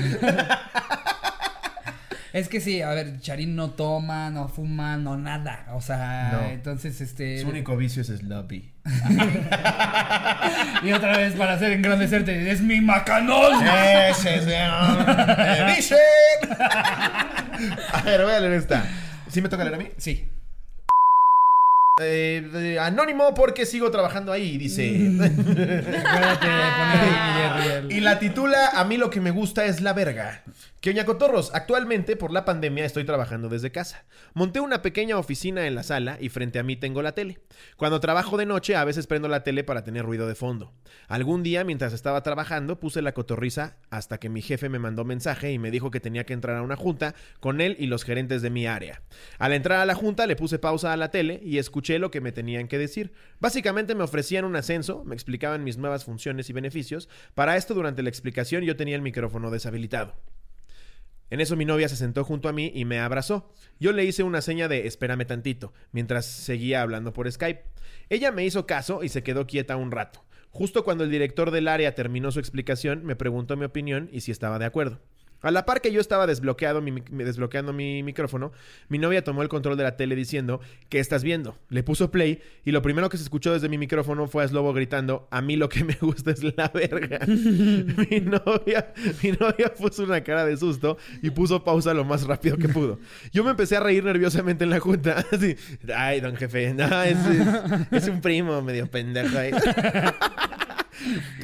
[SPEAKER 1] Es que sí, a ver, Charín no toma, no fuma, no nada. O sea,
[SPEAKER 2] No.
[SPEAKER 1] entonces este.
[SPEAKER 2] Su único vicio es Sloppy.
[SPEAKER 1] Y otra vez para hacer engrandecerte, es mi
[SPEAKER 2] Eh,
[SPEAKER 1] macanón.
[SPEAKER 2] Ese es (laughs) el- ¡Dice! A ver, voy a leer esta. ¿Sí me toca leer a mí?
[SPEAKER 1] Sí.
[SPEAKER 2] Eh, eh, anónimo porque sigo trabajando ahí, (laughs) dice.
[SPEAKER 1] Acuérdate
[SPEAKER 2] Ah.
[SPEAKER 1] de Eh, poner Jerry el-
[SPEAKER 2] Y la titula A mí lo que me gusta es la verga. Que oña cotorros, actualmente por la pandemia estoy trabajando desde casa. Monté una pequeña oficina en la sala y frente a mí tengo la tele. Cuando trabajo de noche a veces prendo la tele para tener ruido de fondo. Algún día mientras estaba trabajando puse la cotorriza hasta que mi jefe me mandó mensaje y me dijo que tenía que entrar a una junta con él y los gerentes de mi área. Al entrar a la junta le puse pausa a la tele y escuché lo que me tenían que decir. Básicamente me ofrecían un ascenso, me explicaban mis nuevas funciones y beneficios. Para esto durante la explicación yo tenía el micrófono deshabilitado. En eso mi novia se sentó junto a mí y me abrazó. Yo le hice una seña de espérame tantito, mientras seguía hablando por Skype. Ella me hizo caso y se quedó quieta un rato. Justo cuando el director del área terminó su explicación, me preguntó mi opinión y si estaba de acuerdo. A la par que yo estaba desbloqueado mi mic- desbloqueando mi micrófono, mi novia tomó el control de la tele diciendo, ¿qué estás viendo? Le puso play y lo primero que se escuchó desde mi micrófono fue a Slobo gritando, a mí lo que me (laughs) gusta es la verga. (laughs) mi, novia, mi novia puso una cara de susto y puso pausa lo más rápido que pudo. Yo me empecé a reír nerviosamente en la junta. (laughs) Así, ay, don jefe, no, es, es- es un primo medio pendejo ahí.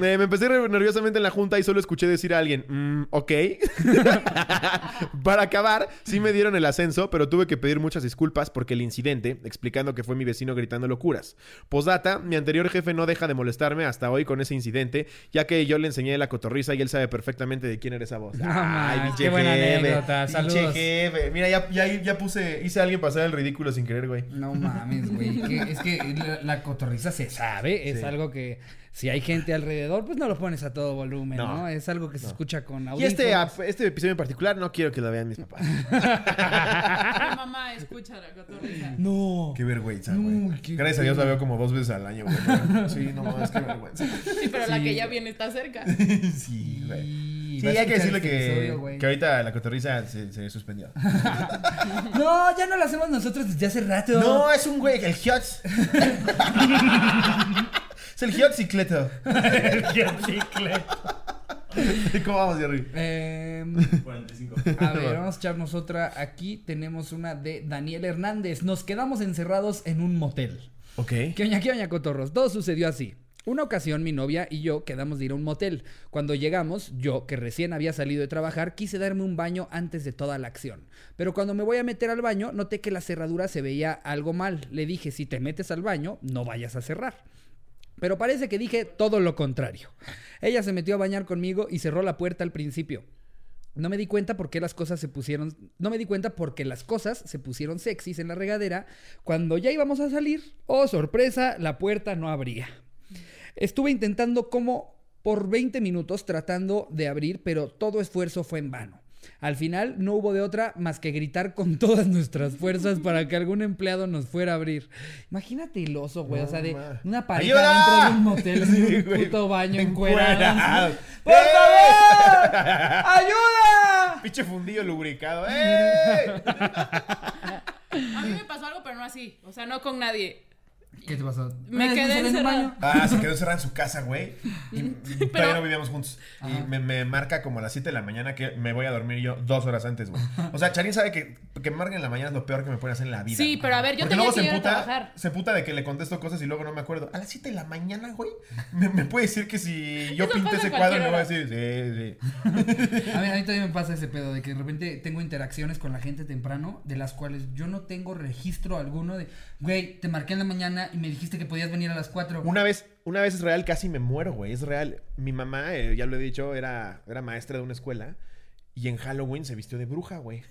[SPEAKER 2] Eh, me empecé re- nerviosamente en la junta y solo escuché decir a alguien, "Mm, ok. (laughs) Para acabar, sí me dieron el ascenso, pero tuve que pedir muchas disculpas porque el incidente, explicando que fue mi vecino gritando locuras. Posdata, mi anterior jefe no deja de molestarme hasta hoy con ese incidente, ya que yo le enseñé la cotorriza y él sabe perfectamente de quién era esa voz.
[SPEAKER 1] No manches, qué buena anécdota.
[SPEAKER 2] pinche
[SPEAKER 1] Saludos.
[SPEAKER 2] jefe. Mira, ya, ya, ya puse, hice a alguien pasar el ridículo sin querer, güey.
[SPEAKER 1] No mames,
[SPEAKER 2] (laughs)
[SPEAKER 1] güey. que- es que la, la cotorriza se sabe. Es
[SPEAKER 2] Sí.
[SPEAKER 1] algo que si hay gente alrededor, pues no lo pones a todo volumen, ¿no?
[SPEAKER 2] No.
[SPEAKER 1] Es algo que se escucha con
[SPEAKER 2] Y
[SPEAKER 1] audífonos.
[SPEAKER 2] este, ap- este episodio en particular no quiero que lo vean mis papás.
[SPEAKER 3] Mi mamá escucha la cotorriza.
[SPEAKER 1] No.
[SPEAKER 2] Qué vergüenza,
[SPEAKER 1] Uy,
[SPEAKER 2] güey.
[SPEAKER 1] qué
[SPEAKER 2] Gracias a Dios la veo como dos veces al
[SPEAKER 1] (laughs)
[SPEAKER 2] año, güey. Sí, no mames, qué vergüenza.
[SPEAKER 3] Sí, pero la
[SPEAKER 1] Sí,
[SPEAKER 3] que ya
[SPEAKER 1] güey.
[SPEAKER 3] viene está cerca.
[SPEAKER 2] Sí, güey.
[SPEAKER 1] Y
[SPEAKER 2] Sí,
[SPEAKER 1] va a
[SPEAKER 2] hay que
[SPEAKER 1] escuchar
[SPEAKER 2] decirle
[SPEAKER 1] este
[SPEAKER 2] que,
[SPEAKER 1] episodio, güey.
[SPEAKER 2] que ahorita la cotorriza se, se
[SPEAKER 1] (laughs)
[SPEAKER 2] suspendió.
[SPEAKER 1] No, ya no lo hacemos nosotros desde hace rato.
[SPEAKER 2] No, es un güey, el
[SPEAKER 1] (laughs)
[SPEAKER 2] Hiots. es el Hiotsicleto. (laughs) ¿Cómo vamos, Jerry?
[SPEAKER 1] Em,
[SPEAKER 4] 45.
[SPEAKER 1] a ver, (laughs) vamos a echarnos otra. Aquí tenemos una de Daniel Hernández. Nos quedamos encerrados en un motel.
[SPEAKER 2] Ok.
[SPEAKER 1] ¿Qué oña, qué oña, cotorros? Todo sucedió así. Una ocasión mi novia y yo quedamos de ir a un motel. Cuando llegamos, yo, que recién había salido de trabajar, quise darme un baño antes de toda la acción. Pero cuando me voy a meter al baño, noté que la cerradura se veía algo mal. Le dije, si te metes al baño, no vayas a cerrar. Pero parece que dije todo lo contrario. Ella se metió a bañar conmigo y cerró la puerta al principio. No me di cuenta por qué las cosas se pusieron. No me di cuenta porque las cosas se pusieron sexys en la regadera. Cuando ya íbamos a salir, oh sorpresa, la puerta no abría. Estuve intentando como por 20 minutos tratando de abrir, pero todo esfuerzo fue en vano. Al final no hubo de otra más que gritar con (laughs) todas nuestras fuerzas para que algún empleado nos fuera a abrir. Imagínate el oso, güey. o sea, de
[SPEAKER 2] ma.
[SPEAKER 1] una pareja
[SPEAKER 2] ¡Ayuda!
[SPEAKER 1] dentro de un motel, en
[SPEAKER 2] Sí,
[SPEAKER 1] un
[SPEAKER 2] güey.
[SPEAKER 1] puto baño
[SPEAKER 2] Encuerados.
[SPEAKER 1] encuerados. ¡Por favor! ¡Ayuda!
[SPEAKER 2] Pinche fundillo
[SPEAKER 1] (laughs)
[SPEAKER 2] lubricado. ¡Ey!
[SPEAKER 3] A mí me pasó algo, pero no así. O sea, no con nadie.
[SPEAKER 1] ¿Qué te pasó?
[SPEAKER 3] Me quedé encerrada.
[SPEAKER 2] Ah, se quedó encerrada en su casa, güey. Y todavía
[SPEAKER 3] (laughs) pero-
[SPEAKER 2] no vivíamos juntos. Y me, me marca como a las 7 de la mañana que me voy a dormir yo dos horas antes, güey. O sea, Charín sabe que que me marquen en la mañana es lo peor que me pueden hacer en la vida.
[SPEAKER 3] Sí,
[SPEAKER 2] güey.
[SPEAKER 3] pero a ver, yo
[SPEAKER 2] Porque
[SPEAKER 3] tenía
[SPEAKER 2] luego
[SPEAKER 3] que
[SPEAKER 2] se
[SPEAKER 3] ir a
[SPEAKER 2] emputa-
[SPEAKER 3] trabajar.
[SPEAKER 2] Se puta de que le contesto cosas y luego no me acuerdo. A las 7 de la mañana, güey. Me, me puede decir que si yo
[SPEAKER 3] Eso
[SPEAKER 2] pinté ese
[SPEAKER 3] pasa en
[SPEAKER 2] cuadro,
[SPEAKER 3] cualquier
[SPEAKER 2] me va a
[SPEAKER 3] hora.
[SPEAKER 2] decir, sí, sí.
[SPEAKER 1] A mí, a mí también me pasa ese pedo de que de repente tengo interacciones con la gente temprano, de las cuales yo no tengo registro alguno de, güey, te marqué en la mañana y me dijiste que podías venir a las 4.
[SPEAKER 2] Una vez, una vez es real, casi me muero, güey. Es real. Mi mamá, eh, ya lo he dicho, era, era maestra de una escuela. Y en Halloween se vistió de bruja, güey.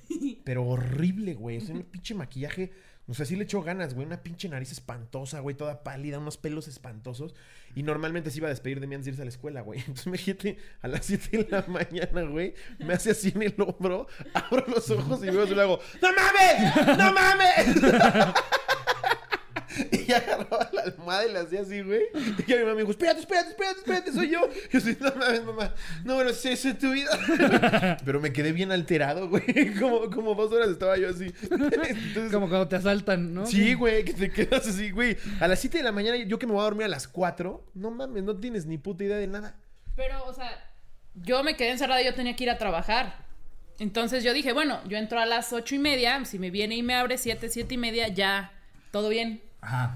[SPEAKER 2] Pero horrible, güey. Es un pinche maquillaje. O sea, sí le echó ganas, güey. Una pinche nariz espantosa, güey. Toda pálida, unos pelos espantosos. Y normalmente se iba a despedir de mí antes de irse a la escuela, güey. (laughs) Entonces me a las 7 de la mañana, güey. Me hace así en el hombro. Abro los ojos y veo y le hago: ¡No mames! ¡No mames! (laughs) Y agarraba la almohada y la hacía así, güey. Y ya mi mamá me dijo, espérate, espérate, espérate, espérate, soy yo. (laughs) Y yo así, no mames, mamá. No me lo sé, eso es tu vida. (laughs) Pero me quedé bien alterado, (laughs) güey. Como, como dos horas estaba yo así. (laughs) Entonces,
[SPEAKER 1] Como cuando te asaltan, ¿no?
[SPEAKER 2] Sí, güey, que te quedas así, güey. A las 7 de la mañana, yo que me voy a dormir a las 4, no mames, no tienes ni puta idea de nada.
[SPEAKER 3] Pero, o sea, yo me quedé encerrada, yo tenía que ir a trabajar. Entonces yo dije, bueno, yo entro a las ocho y media, si me viene y me abre siete, siete y media, ya, todo bien.
[SPEAKER 1] Ajá.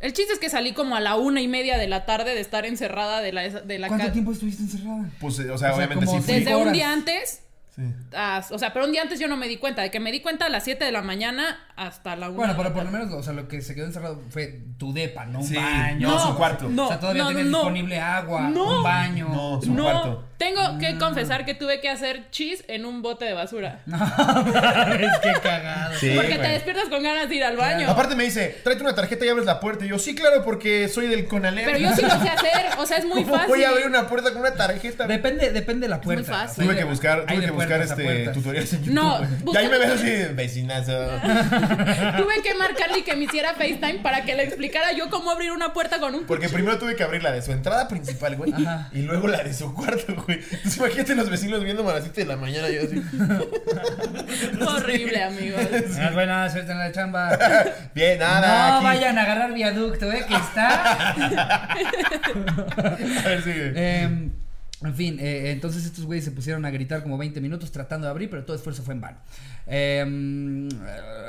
[SPEAKER 3] El chiste es que salí como a la una y media de la tarde de estar encerrada de la, de la
[SPEAKER 1] ¿Cuánto
[SPEAKER 3] ca-
[SPEAKER 1] tiempo estuviste encerrada?
[SPEAKER 2] Pues, o
[SPEAKER 1] sea, obviamente sí fui.
[SPEAKER 3] Desde
[SPEAKER 1] Cinco
[SPEAKER 3] un
[SPEAKER 1] horas.
[SPEAKER 3] día antes,
[SPEAKER 2] Sí.
[SPEAKER 3] a- o sea, pero un día antes yo no me di cuenta, de que me di cuenta a las siete de la mañana hasta la una.
[SPEAKER 1] Bueno,
[SPEAKER 3] de la
[SPEAKER 1] pero por lo
[SPEAKER 3] tarde.
[SPEAKER 1] menos, o sea, lo que se quedó encerrado fue tu depa, no un
[SPEAKER 2] Sí,
[SPEAKER 1] baño.
[SPEAKER 2] no,
[SPEAKER 1] o sea,
[SPEAKER 2] su cuarto.
[SPEAKER 1] o sea,
[SPEAKER 3] No,
[SPEAKER 1] todavía
[SPEAKER 3] no,
[SPEAKER 1] tienes
[SPEAKER 3] no.
[SPEAKER 1] disponible agua,
[SPEAKER 3] No.
[SPEAKER 1] un baño.
[SPEAKER 2] No. su
[SPEAKER 3] no,
[SPEAKER 2] cuarto.
[SPEAKER 3] tengo
[SPEAKER 2] Ah.
[SPEAKER 3] que confesar que tuve que hacer chis en un bote de basura.
[SPEAKER 1] (laughs) es que cagado.
[SPEAKER 2] Sí,
[SPEAKER 3] porque te
[SPEAKER 2] güey.
[SPEAKER 3] despiertas con ganas de ir al baño.
[SPEAKER 2] Aparte me dice, tráete una tarjeta y abres la puerta. Y yo, sí, claro, porque soy del Conalep.
[SPEAKER 3] Pero yo sí lo sé hacer, o sea, es muy
[SPEAKER 2] ¿Cómo (laughs)
[SPEAKER 3] fácil.
[SPEAKER 2] Voy a abrir una puerta con una tarjeta.
[SPEAKER 1] Depende, depende de la puerta.
[SPEAKER 3] fácil.
[SPEAKER 1] O sea,
[SPEAKER 2] Tuve
[SPEAKER 1] hay
[SPEAKER 2] que
[SPEAKER 1] de-
[SPEAKER 2] buscar,
[SPEAKER 1] hay de
[SPEAKER 2] tuve que
[SPEAKER 1] puertas
[SPEAKER 2] buscar
[SPEAKER 1] a
[SPEAKER 2] este
[SPEAKER 1] puertas.
[SPEAKER 2] tutoriales en YouTube.
[SPEAKER 3] No,
[SPEAKER 2] güey. Y
[SPEAKER 3] busca-
[SPEAKER 2] ahí me ves así, vecinazo.
[SPEAKER 3] Tuve que marcarle y que me hiciera FaceTime para que le explicara yo cómo abrir una puerta con un
[SPEAKER 2] Porque primero tuve que abrir la de su entrada principal, güey.
[SPEAKER 1] Ajá.
[SPEAKER 2] Y luego la de su cuarto, güey. Entonces imagínate los vecinos viendo a las 7 de la mañana. Yo así,
[SPEAKER 3] cuchillo
[SPEAKER 2] (laughs)
[SPEAKER 3] horrible, amigos.
[SPEAKER 1] Ah, bueno, suerte en la chamba.
[SPEAKER 2] bien, nada.
[SPEAKER 1] no
[SPEAKER 2] aquí.
[SPEAKER 1] vayan a agarrar
[SPEAKER 2] (laughs)
[SPEAKER 1] viaducto, ¿eh? Que está.
[SPEAKER 2] A ver, sigue.
[SPEAKER 1] Em, En fin, eh, entonces estos güeyes se pusieron a gritar como 20 minutos tratando de abrir, pero todo esfuerzo fue en vano. Eh, mm,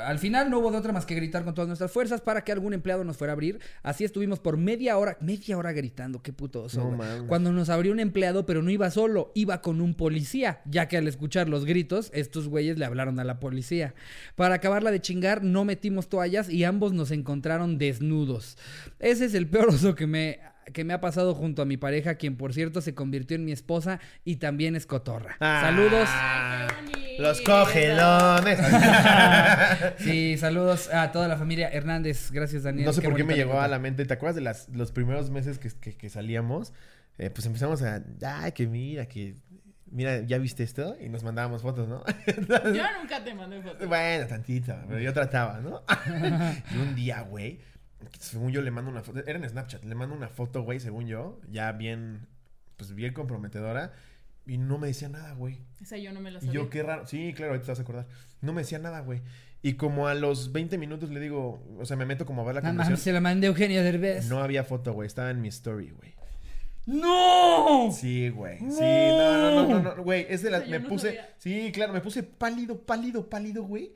[SPEAKER 1] al final no hubo de otra más que gritar con todas nuestras fuerzas para que algún empleado nos fuera a abrir. Así estuvimos por media hora, media hora gritando, qué puto oso,
[SPEAKER 2] No
[SPEAKER 1] güey.
[SPEAKER 2] mames.
[SPEAKER 1] Cuando nos abrió un empleado, pero no iba solo, iba con un policía, ya que al escuchar los gritos, estos güeyes le hablaron a la policía. Para acabarla de chingar, no metimos toallas y ambos nos encontraron desnudos. Ese es el peor oso que me, que me ha pasado junto a mi pareja, quien por cierto se convirtió en mi esposa y también es cotorra. Saludos.
[SPEAKER 2] Ah,
[SPEAKER 3] Ay, qué bonito.
[SPEAKER 2] Los (laughs) cogelones. (laughs)
[SPEAKER 1] Sí, saludos a toda la familia Hernández. Gracias, Daniel.
[SPEAKER 2] No sé por qué me
[SPEAKER 1] bonita
[SPEAKER 2] llegó a la
[SPEAKER 1] anécdota.
[SPEAKER 2] mente. ¿Te acuerdas de las, los primeros meses que, que- que salíamos? Eh, pues empezamos a. Ay, que mira, que. Mira, ¿ya viste esto? Y nos mandábamos fotos, ¿no?
[SPEAKER 3] Yo nunca te mandé fotos.
[SPEAKER 2] bueno, tantito, pero yo trataba, ¿no? (laughs) y un día, güey, según yo le mando una foto. Era en Snapchat, le mando una foto, güey, según yo, ya bien. Pues bien comprometedora. Y no me decía nada, güey.
[SPEAKER 3] Esa yo no me la
[SPEAKER 2] Y
[SPEAKER 3] sabía.
[SPEAKER 2] yo, qué raro. Sí, claro, ahorita te vas a acordar. No me decía nada, güey. Y como a los 20 minutos le digo, o sea, me meto como a ver la
[SPEAKER 1] Ah, mames,
[SPEAKER 2] conversación.
[SPEAKER 1] se la mandé a Eugenio Derbez.
[SPEAKER 2] No había foto, güey. Estaba en mi story, güey.
[SPEAKER 1] ¡No!
[SPEAKER 2] Sí, güey. Sí, no, no, no, no, no, güey. es de la.
[SPEAKER 3] Eso yo
[SPEAKER 2] Me
[SPEAKER 3] no
[SPEAKER 2] puse.
[SPEAKER 3] sabía.
[SPEAKER 2] Sí, claro, me puse pálido, pálido, pálido, güey.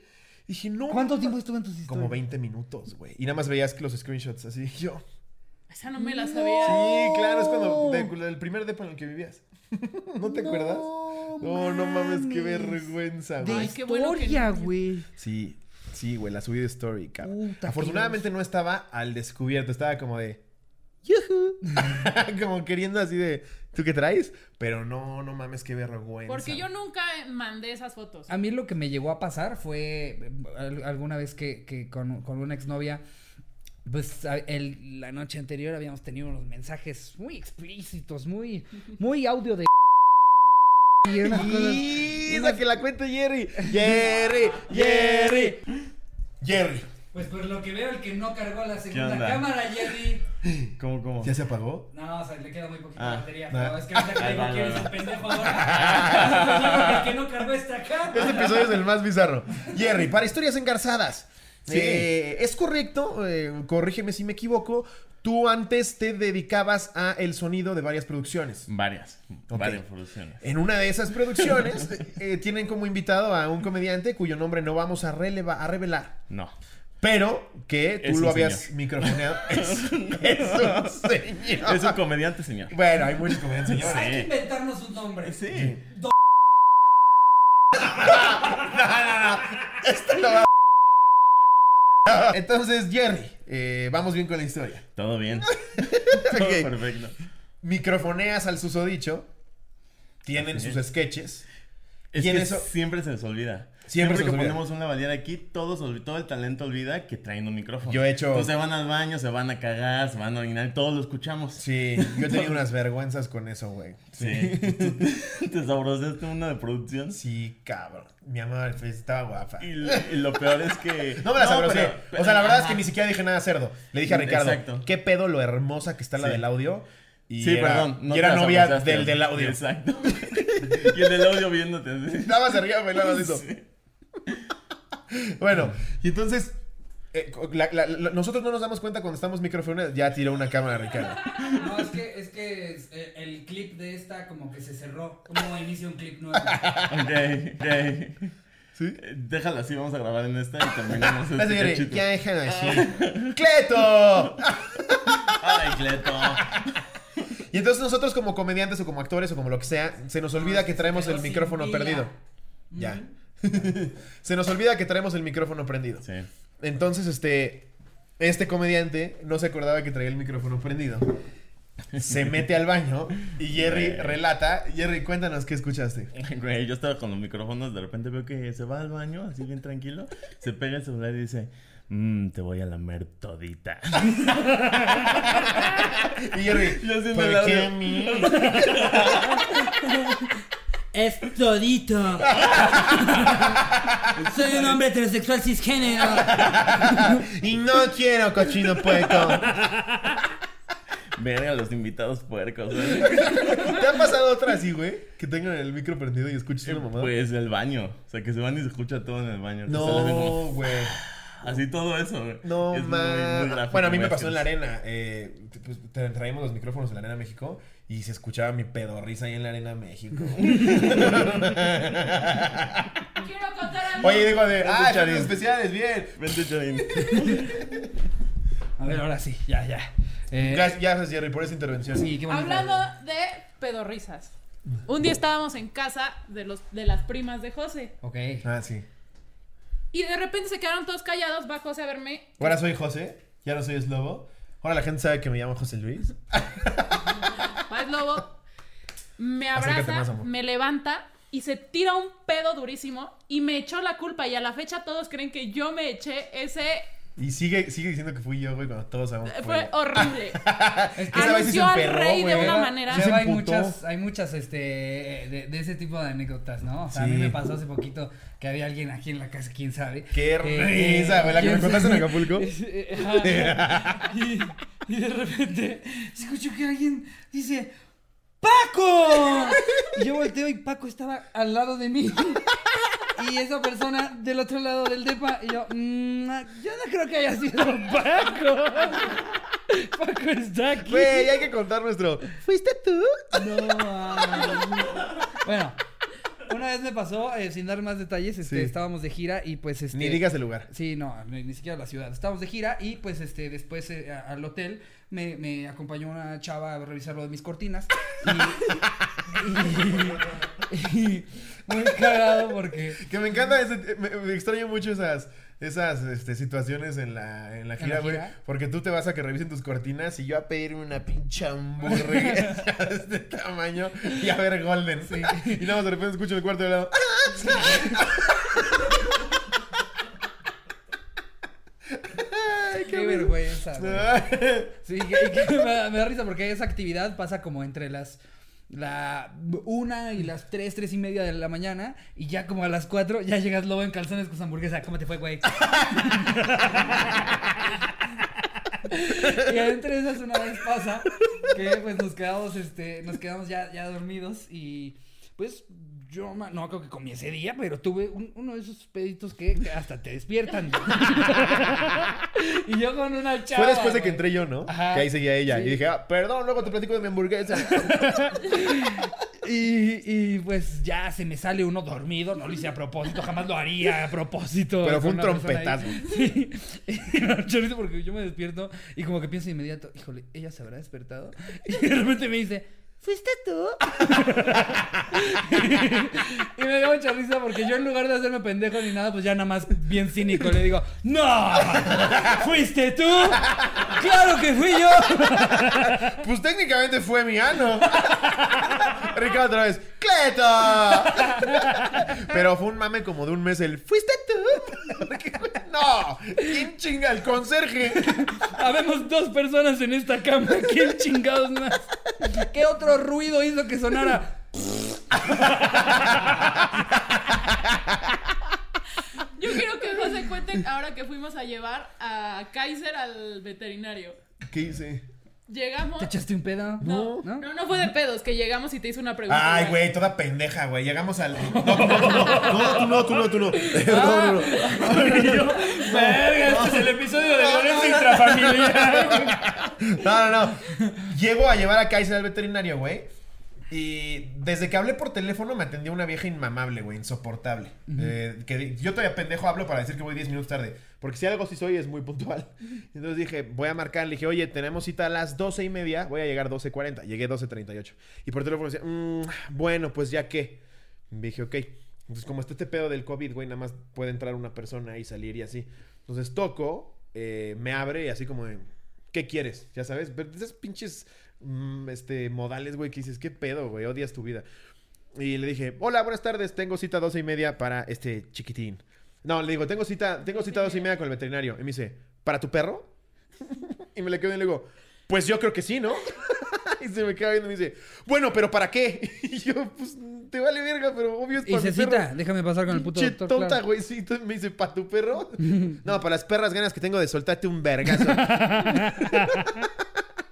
[SPEAKER 2] Dije, no.
[SPEAKER 1] ¿Cuánto
[SPEAKER 2] no,
[SPEAKER 1] tiempo estuvo en tus historias?
[SPEAKER 2] Como 20 minutos, güey. Y nada más veías que los screenshots así. (laughs) y Yo.
[SPEAKER 3] Esa no me la
[SPEAKER 1] No.
[SPEAKER 3] sabía.
[SPEAKER 2] Sí, claro, es cuando. de- el primer depa en el que vivías. (laughs) ¿No te acuerdas? No, no mames, qué vergüenza,
[SPEAKER 1] De
[SPEAKER 2] güey.
[SPEAKER 3] qué bueno que
[SPEAKER 1] historia,
[SPEAKER 3] no.
[SPEAKER 1] güey.
[SPEAKER 2] Sí, sí, güey, la subí de story, cabrón.
[SPEAKER 1] Puta,
[SPEAKER 2] Afortunadamente no estaba al descubierto, estaba como de. "Yujú". (laughs) como queriendo así de. ¿Tú qué traes? Pero no, no mames, qué vergüenza.
[SPEAKER 3] Porque yo nunca mandé esas fotos.
[SPEAKER 1] A mí lo que me llegó a pasar fue eh, al- alguna vez que, que con, con una exnovia, pues a- el- la noche anterior habíamos tenido unos mensajes muy explícitos, (laughs) muy, muy audio de... y unas cosas-
[SPEAKER 2] Y esa que la cuenta Jerry.
[SPEAKER 1] (laughs)
[SPEAKER 2] Jerry, Jerry. Jerry.
[SPEAKER 1] Pues por lo que veo, el que no cargó la segunda
[SPEAKER 4] onda?
[SPEAKER 1] cámara, Jerry.
[SPEAKER 4] ¿Cómo, cómo?
[SPEAKER 2] ¿Ya se apagó?
[SPEAKER 1] No, o sea, le queda muy poquita
[SPEAKER 4] Ah,
[SPEAKER 1] batería.
[SPEAKER 2] ah.
[SPEAKER 1] No, es que ahorita que
[SPEAKER 4] Ahí
[SPEAKER 1] digo
[SPEAKER 4] va,
[SPEAKER 1] que
[SPEAKER 4] ahí
[SPEAKER 1] eres
[SPEAKER 4] va.
[SPEAKER 1] un pendejo ahora. (laughs) el que no cargó esta cámara.
[SPEAKER 2] Este episodio es el más bizarro. Jerry, para historias engarzadas. Eh, es correcto, eh, corrígeme si me equivoco. Tú antes te dedicabas a el sonido de varias producciones.
[SPEAKER 4] Varias.
[SPEAKER 2] Ok.
[SPEAKER 4] Varias producciones.
[SPEAKER 2] En una de esas producciones (laughs) eh, tienen como invitado a un comediante cuyo nombre no vamos a, releva- a revelar. (laughs)
[SPEAKER 4] No.
[SPEAKER 2] Pero que tú
[SPEAKER 4] Es
[SPEAKER 2] lo
[SPEAKER 4] un
[SPEAKER 2] habías
[SPEAKER 4] señor.
[SPEAKER 2] microfoneado. (laughs) Es, es un señor.
[SPEAKER 4] Es un comediante, señor.
[SPEAKER 2] Bueno, hay muchos comediantes señores.
[SPEAKER 1] Hay que
[SPEAKER 4] Sí.
[SPEAKER 1] inventarnos un nombre.
[SPEAKER 4] Sí.
[SPEAKER 2] (laughs) Entonces, Jerry, eh, vamos bien con la historia.
[SPEAKER 4] Todo bien. Todo
[SPEAKER 2] (laughs) Ok.
[SPEAKER 4] perfecto.
[SPEAKER 2] Microfoneas al susodicho. Tienen
[SPEAKER 4] Así
[SPEAKER 2] sus
[SPEAKER 4] es.
[SPEAKER 2] sketches.
[SPEAKER 4] Es
[SPEAKER 2] Y en
[SPEAKER 4] que
[SPEAKER 2] eso-
[SPEAKER 4] siempre se les olvida.
[SPEAKER 2] Siempre
[SPEAKER 4] Siempre,
[SPEAKER 2] se
[SPEAKER 4] que
[SPEAKER 2] les olvida.
[SPEAKER 4] ponemos una bandera aquí, todos, olvi- todo el talento olvida que traen un micrófono.
[SPEAKER 2] Yo he hecho-
[SPEAKER 4] Entonces se van al baño, se van a cagar, se van a orinar, todos lo escuchamos.
[SPEAKER 2] Sí, yo he tenido unas vergüenzas con eso, güey.
[SPEAKER 4] Sí. (laughs) Tú- Te sabrosaste una de producción.
[SPEAKER 2] Sí, cabrón. Mi amor, pues, estaba guapa.
[SPEAKER 4] Y, lo- y lo peor es que.
[SPEAKER 2] No me la sabrosé.
[SPEAKER 4] pero- pero-
[SPEAKER 2] o sea, la verdad es
[SPEAKER 4] ajá.
[SPEAKER 2] que ni siquiera dije nada cerdo. Le dije a Ricardo,
[SPEAKER 4] Exacto.
[SPEAKER 2] ¿qué pedo lo hermosa que está la
[SPEAKER 4] Sí.
[SPEAKER 2] del audio? Y
[SPEAKER 4] Sí,
[SPEAKER 2] era-
[SPEAKER 4] perdón. no
[SPEAKER 2] y
[SPEAKER 4] te
[SPEAKER 2] era
[SPEAKER 4] la
[SPEAKER 2] novia
[SPEAKER 4] sabrosaste.
[SPEAKER 2] del del audio. (laughs)
[SPEAKER 4] Exacto. (laughs) y en el audio viéndote. así.
[SPEAKER 2] Estaba arriba bailando eso.
[SPEAKER 4] Sí.
[SPEAKER 2] (laughs) Bueno, y entonces. eh, la- la- la- nosotros no nos damos cuenta cuando estamos microfoneados. Ya tiró una cámara,
[SPEAKER 4] (laughs)
[SPEAKER 2] Ricardo.
[SPEAKER 1] No, es que, es que es- eh, el clip de esta como que se cerró. No inicia un clip (laughs) nuevo.
[SPEAKER 4] Ok, ok.
[SPEAKER 2] ¿Sí?
[SPEAKER 4] Eh, Déjalo así, vamos a grabar en esta y terminamos
[SPEAKER 2] La
[SPEAKER 4] este
[SPEAKER 2] señora,
[SPEAKER 4] cachito.
[SPEAKER 2] ya déjalo así.
[SPEAKER 4] (laughs)
[SPEAKER 2] ¡Cleto! (laughs)
[SPEAKER 4] Ay, Cleto.
[SPEAKER 2] Y entonces nosotros como comediantes o como actores o como lo que sea, se nos olvida que traemos
[SPEAKER 1] quedó
[SPEAKER 2] el micrófono
[SPEAKER 1] sin pila.
[SPEAKER 2] perdido. Ya. (laughs) Se nos olvida que traemos el micrófono prendido.
[SPEAKER 4] Sí.
[SPEAKER 2] Entonces, este. Este comediante no se acordaba que traía el micrófono prendido. Se mete al baño y Jerry
[SPEAKER 4] Güey.
[SPEAKER 2] relata. Jerry, cuéntanos qué escuchaste.
[SPEAKER 4] Güey, yo estaba con los micrófonos, de repente veo que se va al baño, así bien tranquilo, se pega el celular y dice, "Mm, te voy a lamer todita. (laughs)
[SPEAKER 2] Y Jerry,
[SPEAKER 4] (laughs) Yo haciendo el
[SPEAKER 2] ¿por
[SPEAKER 4] audio.
[SPEAKER 2] qué a mí?
[SPEAKER 1] Es
[SPEAKER 2] (laughs)
[SPEAKER 1] todito. Soy un hombre heterosexual cisgénero.
[SPEAKER 2] Y no quiero cochino puerco.
[SPEAKER 4] Verga, los invitados puercos. güey.
[SPEAKER 2] ¿Te ha pasado otra así, güey? Que tengan el micro prendido
[SPEAKER 4] Eh,
[SPEAKER 2] y escuches una mamada.
[SPEAKER 4] Pues el baño, o sea, que se van y se escucha todo en el baño. Que sale así como-
[SPEAKER 2] No, güey.
[SPEAKER 4] Así todo eso, güey.
[SPEAKER 2] No,
[SPEAKER 4] Es muy-
[SPEAKER 2] ma-
[SPEAKER 4] muy gráfico,
[SPEAKER 2] Bueno, a mí me
[SPEAKER 4] güey,
[SPEAKER 2] pasó
[SPEAKER 4] es-
[SPEAKER 2] en la arena. eh, t- pues, tra- traímos los micrófonos en la arena México y se escuchaba mi pedorrisa ahí en la arena
[SPEAKER 4] (laughs)
[SPEAKER 2] México.
[SPEAKER 3] Quiero contar algo.
[SPEAKER 2] Oye, digo de, ah,
[SPEAKER 4] Charín".
[SPEAKER 2] efectos especiales, bien.
[SPEAKER 4] Vente, Charín.
[SPEAKER 1] A ver, ahora sí, ya, ya. Eh,
[SPEAKER 2] Gracias, gracias, Jerry, pues, por esa intervención.
[SPEAKER 1] Sí, qué bonito.
[SPEAKER 3] Hablando de pedorrisas. Un día estábamos en casa de, los, de las primas de José.
[SPEAKER 1] Ok.
[SPEAKER 2] Ah, sí.
[SPEAKER 3] Y de repente se quedaron todos callados. Va José a verme.
[SPEAKER 2] Ahora soy José, ya no soy Slobo. Ahora la gente sabe que me llamo José Luis.
[SPEAKER 3] Va el lobo. Me
[SPEAKER 2] Acércate
[SPEAKER 3] abraza,
[SPEAKER 2] más, amor.
[SPEAKER 3] me levanta y se tira un pedo durísimo. Y me echó la culpa. Y a la fecha todos creen que yo me eché ese.
[SPEAKER 2] Y sigue, sigue diciendo que fui yo, güey, cuando todos sabemos. que
[SPEAKER 3] Eh, Fue
[SPEAKER 2] yo. (laughs)
[SPEAKER 3] horrible.
[SPEAKER 1] Es
[SPEAKER 2] Esa vez sí
[SPEAKER 3] Anunció
[SPEAKER 2] se
[SPEAKER 3] al
[SPEAKER 2] emperró,
[SPEAKER 3] rey de
[SPEAKER 2] güey.
[SPEAKER 3] una manera.
[SPEAKER 2] Sí,
[SPEAKER 1] Luego hay
[SPEAKER 2] emputó.
[SPEAKER 1] muchas, hay muchas este, de, de ese tipo de anécdotas, ¿no? O sea, a mí
[SPEAKER 2] Sí.
[SPEAKER 1] me pasó hace poquito que había alguien aquí en la casa, quién sabe.
[SPEAKER 2] Qué
[SPEAKER 1] Eh,
[SPEAKER 2] risa, güey, la que me
[SPEAKER 1] ¿quién
[SPEAKER 2] contaste en
[SPEAKER 1] sabe? (laughs)
[SPEAKER 2] Acapulco.
[SPEAKER 1] eh, Ajá. y, y de repente escucho que alguien dice, ¡Paco! Y yo volteo y Paco estaba al lado de mí. Y esa persona del otro lado del depa, y yo, "Mm, yo no creo que haya sido Paco. (laughs) Paco está aquí.
[SPEAKER 2] Güey, hay que contar nuestro. ¿Fuiste tú?
[SPEAKER 1] No. ay. Bueno, una vez me pasó, eh, sin dar más detalles, este,
[SPEAKER 2] Sí.
[SPEAKER 1] estábamos de gira y pues este.
[SPEAKER 2] Ni digas el lugar.
[SPEAKER 1] Sí, no, ni, ni siquiera la ciudad. Estábamos de gira y pues este, después eh, a- al hotel me, me acompañó una chava a revisar lo de mis cortinas. Y, y- y- muy cagado porque.
[SPEAKER 2] Que me encanta, ese- me, me extraño mucho esas, esas este, situaciones en la, en la
[SPEAKER 1] la
[SPEAKER 2] gira, güey.
[SPEAKER 1] gira?
[SPEAKER 2] Porque tú te vas a que revisen tus cortinas y yo a pedirme una
[SPEAKER 1] (laughs)
[SPEAKER 2] pinche hamburguesa de este tamaño y a ver Golden. Y nada más de repente escucho el cuarto de lado.
[SPEAKER 1] Qué, vergüenza, güey. Sí, que- que (laughs) me, me da risa porque esa actividad pasa como entre las la una y las tres, tres y media de la mañana y ya como a las cuatro ya llegas lobo en calzones con su hamburguesa. ¿Cómo te fue, güey? (laughs) y entre esas una vez pasa que pues nos quedamos, este, nos quedamos ya, ya dormidos y pues yo ma- no creo que comí ese día, pero tuve un- uno de esos peditos que hasta te despiertan. (laughs) y yo con una chava.
[SPEAKER 2] Fue después de
[SPEAKER 1] güey.
[SPEAKER 2] que entré yo, ¿no?
[SPEAKER 1] Ajá.
[SPEAKER 2] Que ahí seguía ella.
[SPEAKER 1] Sí.
[SPEAKER 2] Y dije, ah, perdón, luego te platico de mi hamburguesa.
[SPEAKER 1] Y, y, pues ya se me sale uno dormido, no lo hice a propósito, jamás lo haría a propósito.
[SPEAKER 2] Pero fue
[SPEAKER 1] con
[SPEAKER 2] un
[SPEAKER 1] una persona ahí.
[SPEAKER 2] trompetazo.
[SPEAKER 1] Sí. (laughs) Y me da mucha risa porque yo me despierto y como que pienso de inmediato, híjole, ella se habrá despertado. Y de repente me dice, ¿fuiste tú? (laughs) y me da mucha risa porque yo en lugar de hacerme pendejo ni nada, pues ya nada más bien cínico le digo, ¡No! ¿Fuiste tú? (laughs) ¡Claro que fui yo!
[SPEAKER 2] pues técnicamente fue mi ano. (laughs) Ricardo otra vez, ¡Cleto! (laughs) Pero fue un mame como de un mes el, ¿fuiste tú? (laughs) Porque, no, ¿quién chinga? El conserje.
[SPEAKER 1] Habemos dos personas en esta cama. (laughs) ¿Quién chingados más? ¿Qué otro ruido hizo que sonara?
[SPEAKER 3] Yo quiero que José cuente ahora que fuimos a llevar a Kaiser al veterinario.
[SPEAKER 2] ¿Qué hice?
[SPEAKER 3] Llegamos.
[SPEAKER 1] ¿Te echaste un pedo?
[SPEAKER 3] No,
[SPEAKER 1] ¿No?
[SPEAKER 3] no, no, fue de pedos, que llegamos y te hizo una pregunta.
[SPEAKER 2] Ay, güey, toda pendeja, güey. Llegamos al. No, no, no, no, tú no, tú no. Tú no. No, no, no.
[SPEAKER 1] Ah. Verga, este es el episodio de violencia
[SPEAKER 2] (laughs)
[SPEAKER 1] intrafamiliar.
[SPEAKER 2] No, no, no. Llego a llevar a Kaiser al veterinario, güey. Y desde que hablé por teléfono me atendió una vieja inmamable, güey, insoportable. Eh, que di- yo todavía pendejo hablo para decir que voy 10 minutos tarde. Porque si algo sí soy es muy puntual. Entonces dije, voy a marcar. Le dije, oye, tenemos cita a las 12 y media. Voy a llegar 12.40. Llegué 12.38. Y por teléfono decía, "Mm, bueno, pues ya que. Dije, ok. Entonces, como está este pedo del COVID, güey, nada más puede entrar una persona y salir y así. Entonces toco, eh, me abre y así como, de, ¿qué quieres? Ya sabes, pero de esas pinches mm, este, modales, güey, que dices, ¿qué pedo, güey? Odias tu vida. Y le dije, hola, buenas tardes, tengo cita a doce y media para este chiquitín. No, le digo, tengo cita, tengo cita a doce y media con el veterinario. Y me dice, ¿para tu perro? (laughs) y me le quedo y le digo, pues yo creo que sí, ¿no? (laughs) y se me queda viendo y me dice, bueno, pero ¿para qué? (laughs) y yo, pues te vale verga, pero obvio es
[SPEAKER 1] Y
[SPEAKER 2] para mi perro.
[SPEAKER 1] Cecita, déjame pasar con el puto
[SPEAKER 2] Pinche
[SPEAKER 1] doctor.
[SPEAKER 2] tonta,
[SPEAKER 1] claro.
[SPEAKER 2] güey. Sí, entonces me dice, ¿pa' tu
[SPEAKER 1] (laughs)
[SPEAKER 2] perro? no, para las perras ganas que tengo de soltarte un vergazo. (laughs)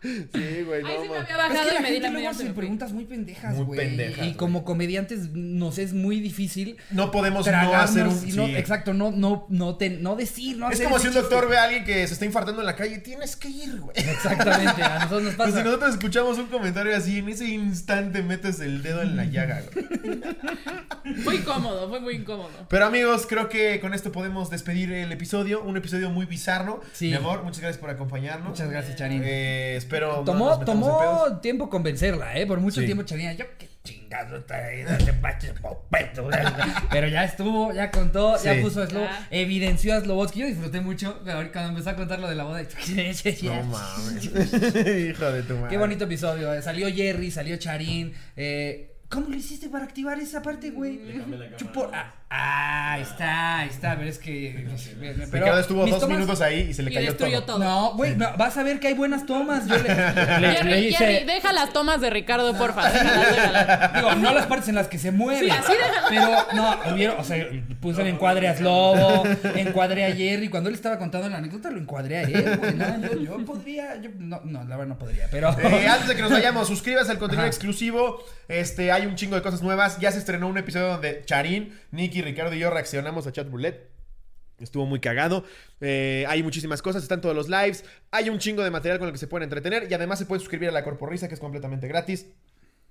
[SPEAKER 2] Sí, güey, no,
[SPEAKER 3] Ahí sí me
[SPEAKER 2] ma.
[SPEAKER 3] había
[SPEAKER 1] Es
[SPEAKER 3] bajado
[SPEAKER 1] que la
[SPEAKER 3] y me
[SPEAKER 1] gente
[SPEAKER 3] di la
[SPEAKER 1] luego
[SPEAKER 3] media
[SPEAKER 1] hace
[SPEAKER 3] selfie.
[SPEAKER 1] preguntas muy pendejas,
[SPEAKER 2] Muy
[SPEAKER 1] güey.
[SPEAKER 2] pendejas,
[SPEAKER 1] Y
[SPEAKER 2] güey.
[SPEAKER 1] como comediantes nos es muy difícil
[SPEAKER 2] No podemos no
[SPEAKER 1] tragarnos
[SPEAKER 2] hacer un.
[SPEAKER 1] y no,
[SPEAKER 2] sí.
[SPEAKER 1] exacto, no, no, no, te- no decir, no
[SPEAKER 2] Es
[SPEAKER 1] hacer
[SPEAKER 2] como si
[SPEAKER 1] ese
[SPEAKER 2] un doctor
[SPEAKER 1] chiste.
[SPEAKER 2] ve a alguien que se está infartando en la calle. Tienes que ir, güey.
[SPEAKER 1] Exactamente, a nosotros nos
[SPEAKER 2] (laughs) Pues si
[SPEAKER 1] pasa.
[SPEAKER 2] nosotros escuchamos un comentario así, en ese instante metes el dedo en la llaga, güey.
[SPEAKER 1] (laughs)
[SPEAKER 3] Fue incómodo, fue muy incómodo.
[SPEAKER 2] Pero amigos, creo que con esto podemos despedir el episodio. Un episodio muy bizarro.
[SPEAKER 1] Sí.
[SPEAKER 2] Mi amor, muchas gracias por acompañarnos.
[SPEAKER 1] Muchas gracias, Charín.
[SPEAKER 2] Eh, espero. no
[SPEAKER 1] tomó
[SPEAKER 2] nos metamos en pedos.
[SPEAKER 1] tomó tiempo convencerla, ¿eh? Por mucho
[SPEAKER 2] Sí.
[SPEAKER 1] tiempo Chalina, yo qué chingado traído ese pache popeto. (laughs) güey. Pero ya estuvo, ya contó,
[SPEAKER 2] Sí.
[SPEAKER 1] ya puso a Slobo,
[SPEAKER 3] Ya.
[SPEAKER 1] evidenció a Slobotsky. Yo disfruté mucho, pero ahorita cuando empezó a contar lo de la boda. (laughs)
[SPEAKER 2] No mames. (laughs) Hijo de tu madre.
[SPEAKER 1] Qué bonito episodio. eh. Salió Jerry, salió Charín. eh, ¿Cómo lo hiciste para activar esa parte, güey?
[SPEAKER 4] Le cambié la cámara.
[SPEAKER 1] Chupo- Ah, ah, ahí está, ahí está. Pero es
[SPEAKER 2] (laughs)
[SPEAKER 1] que. pero
[SPEAKER 2] Ricardo estuvo
[SPEAKER 1] mis
[SPEAKER 2] dos
[SPEAKER 1] tomas-
[SPEAKER 2] minutos ahí y se le
[SPEAKER 3] Y
[SPEAKER 2] cayó
[SPEAKER 3] destruyó todo.
[SPEAKER 1] No, güey, no, vas a ver que hay buenas tomas.
[SPEAKER 2] (laughs)
[SPEAKER 1] Yo le, le-
[SPEAKER 3] Jerry,
[SPEAKER 1] le
[SPEAKER 3] Jerry,
[SPEAKER 1] hice.
[SPEAKER 3] deja las tomas de Ricardo, porfa. déjalas, déjalas.
[SPEAKER 1] Digo, no las partes en las que se mueve.
[SPEAKER 3] Sí, así déjalo.
[SPEAKER 1] Pero no, hubieron, o sea, puse el encuadre a Slobo, encuadré a Jerry. Cuando él estaba contando la anécdota, lo encuadré a él, güey. nada, yo, yo podría, yo, no, no, la verdad no podría, pero. (laughs)
[SPEAKER 2] Eh, antes de que nos vayamos, suscríbase al contenido
[SPEAKER 1] Ajá.
[SPEAKER 2] exclusivo. Este, hay un chingo de cosas nuevas. Ya se estrenó un episodio donde Charín, Nicky, Ricardo y yo reaccionamos a Chat Roulette. Estuvo muy cagado. Eh, hay muchísimas cosas, están todos los lives. Hay un chingo de material con el que se pueden entretener. Y además se pueden suscribir a la Corporrisa, que es completamente gratis.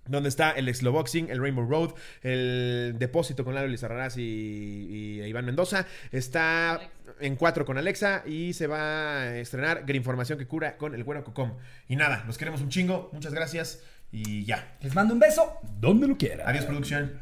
[SPEAKER 2] Donde está el Exloboxing, el Rainbow Road, el Depósito con Lalo Lizarraraz y, y e Iván Mendoza. Está en cuatro con Alexa y se va a estrenar Información que cura con el Güero Cocom. Y nada, los queremos un chingo. Muchas gracias y ya.
[SPEAKER 1] Les mando un beso donde lo quiera.
[SPEAKER 2] Adiós, producción.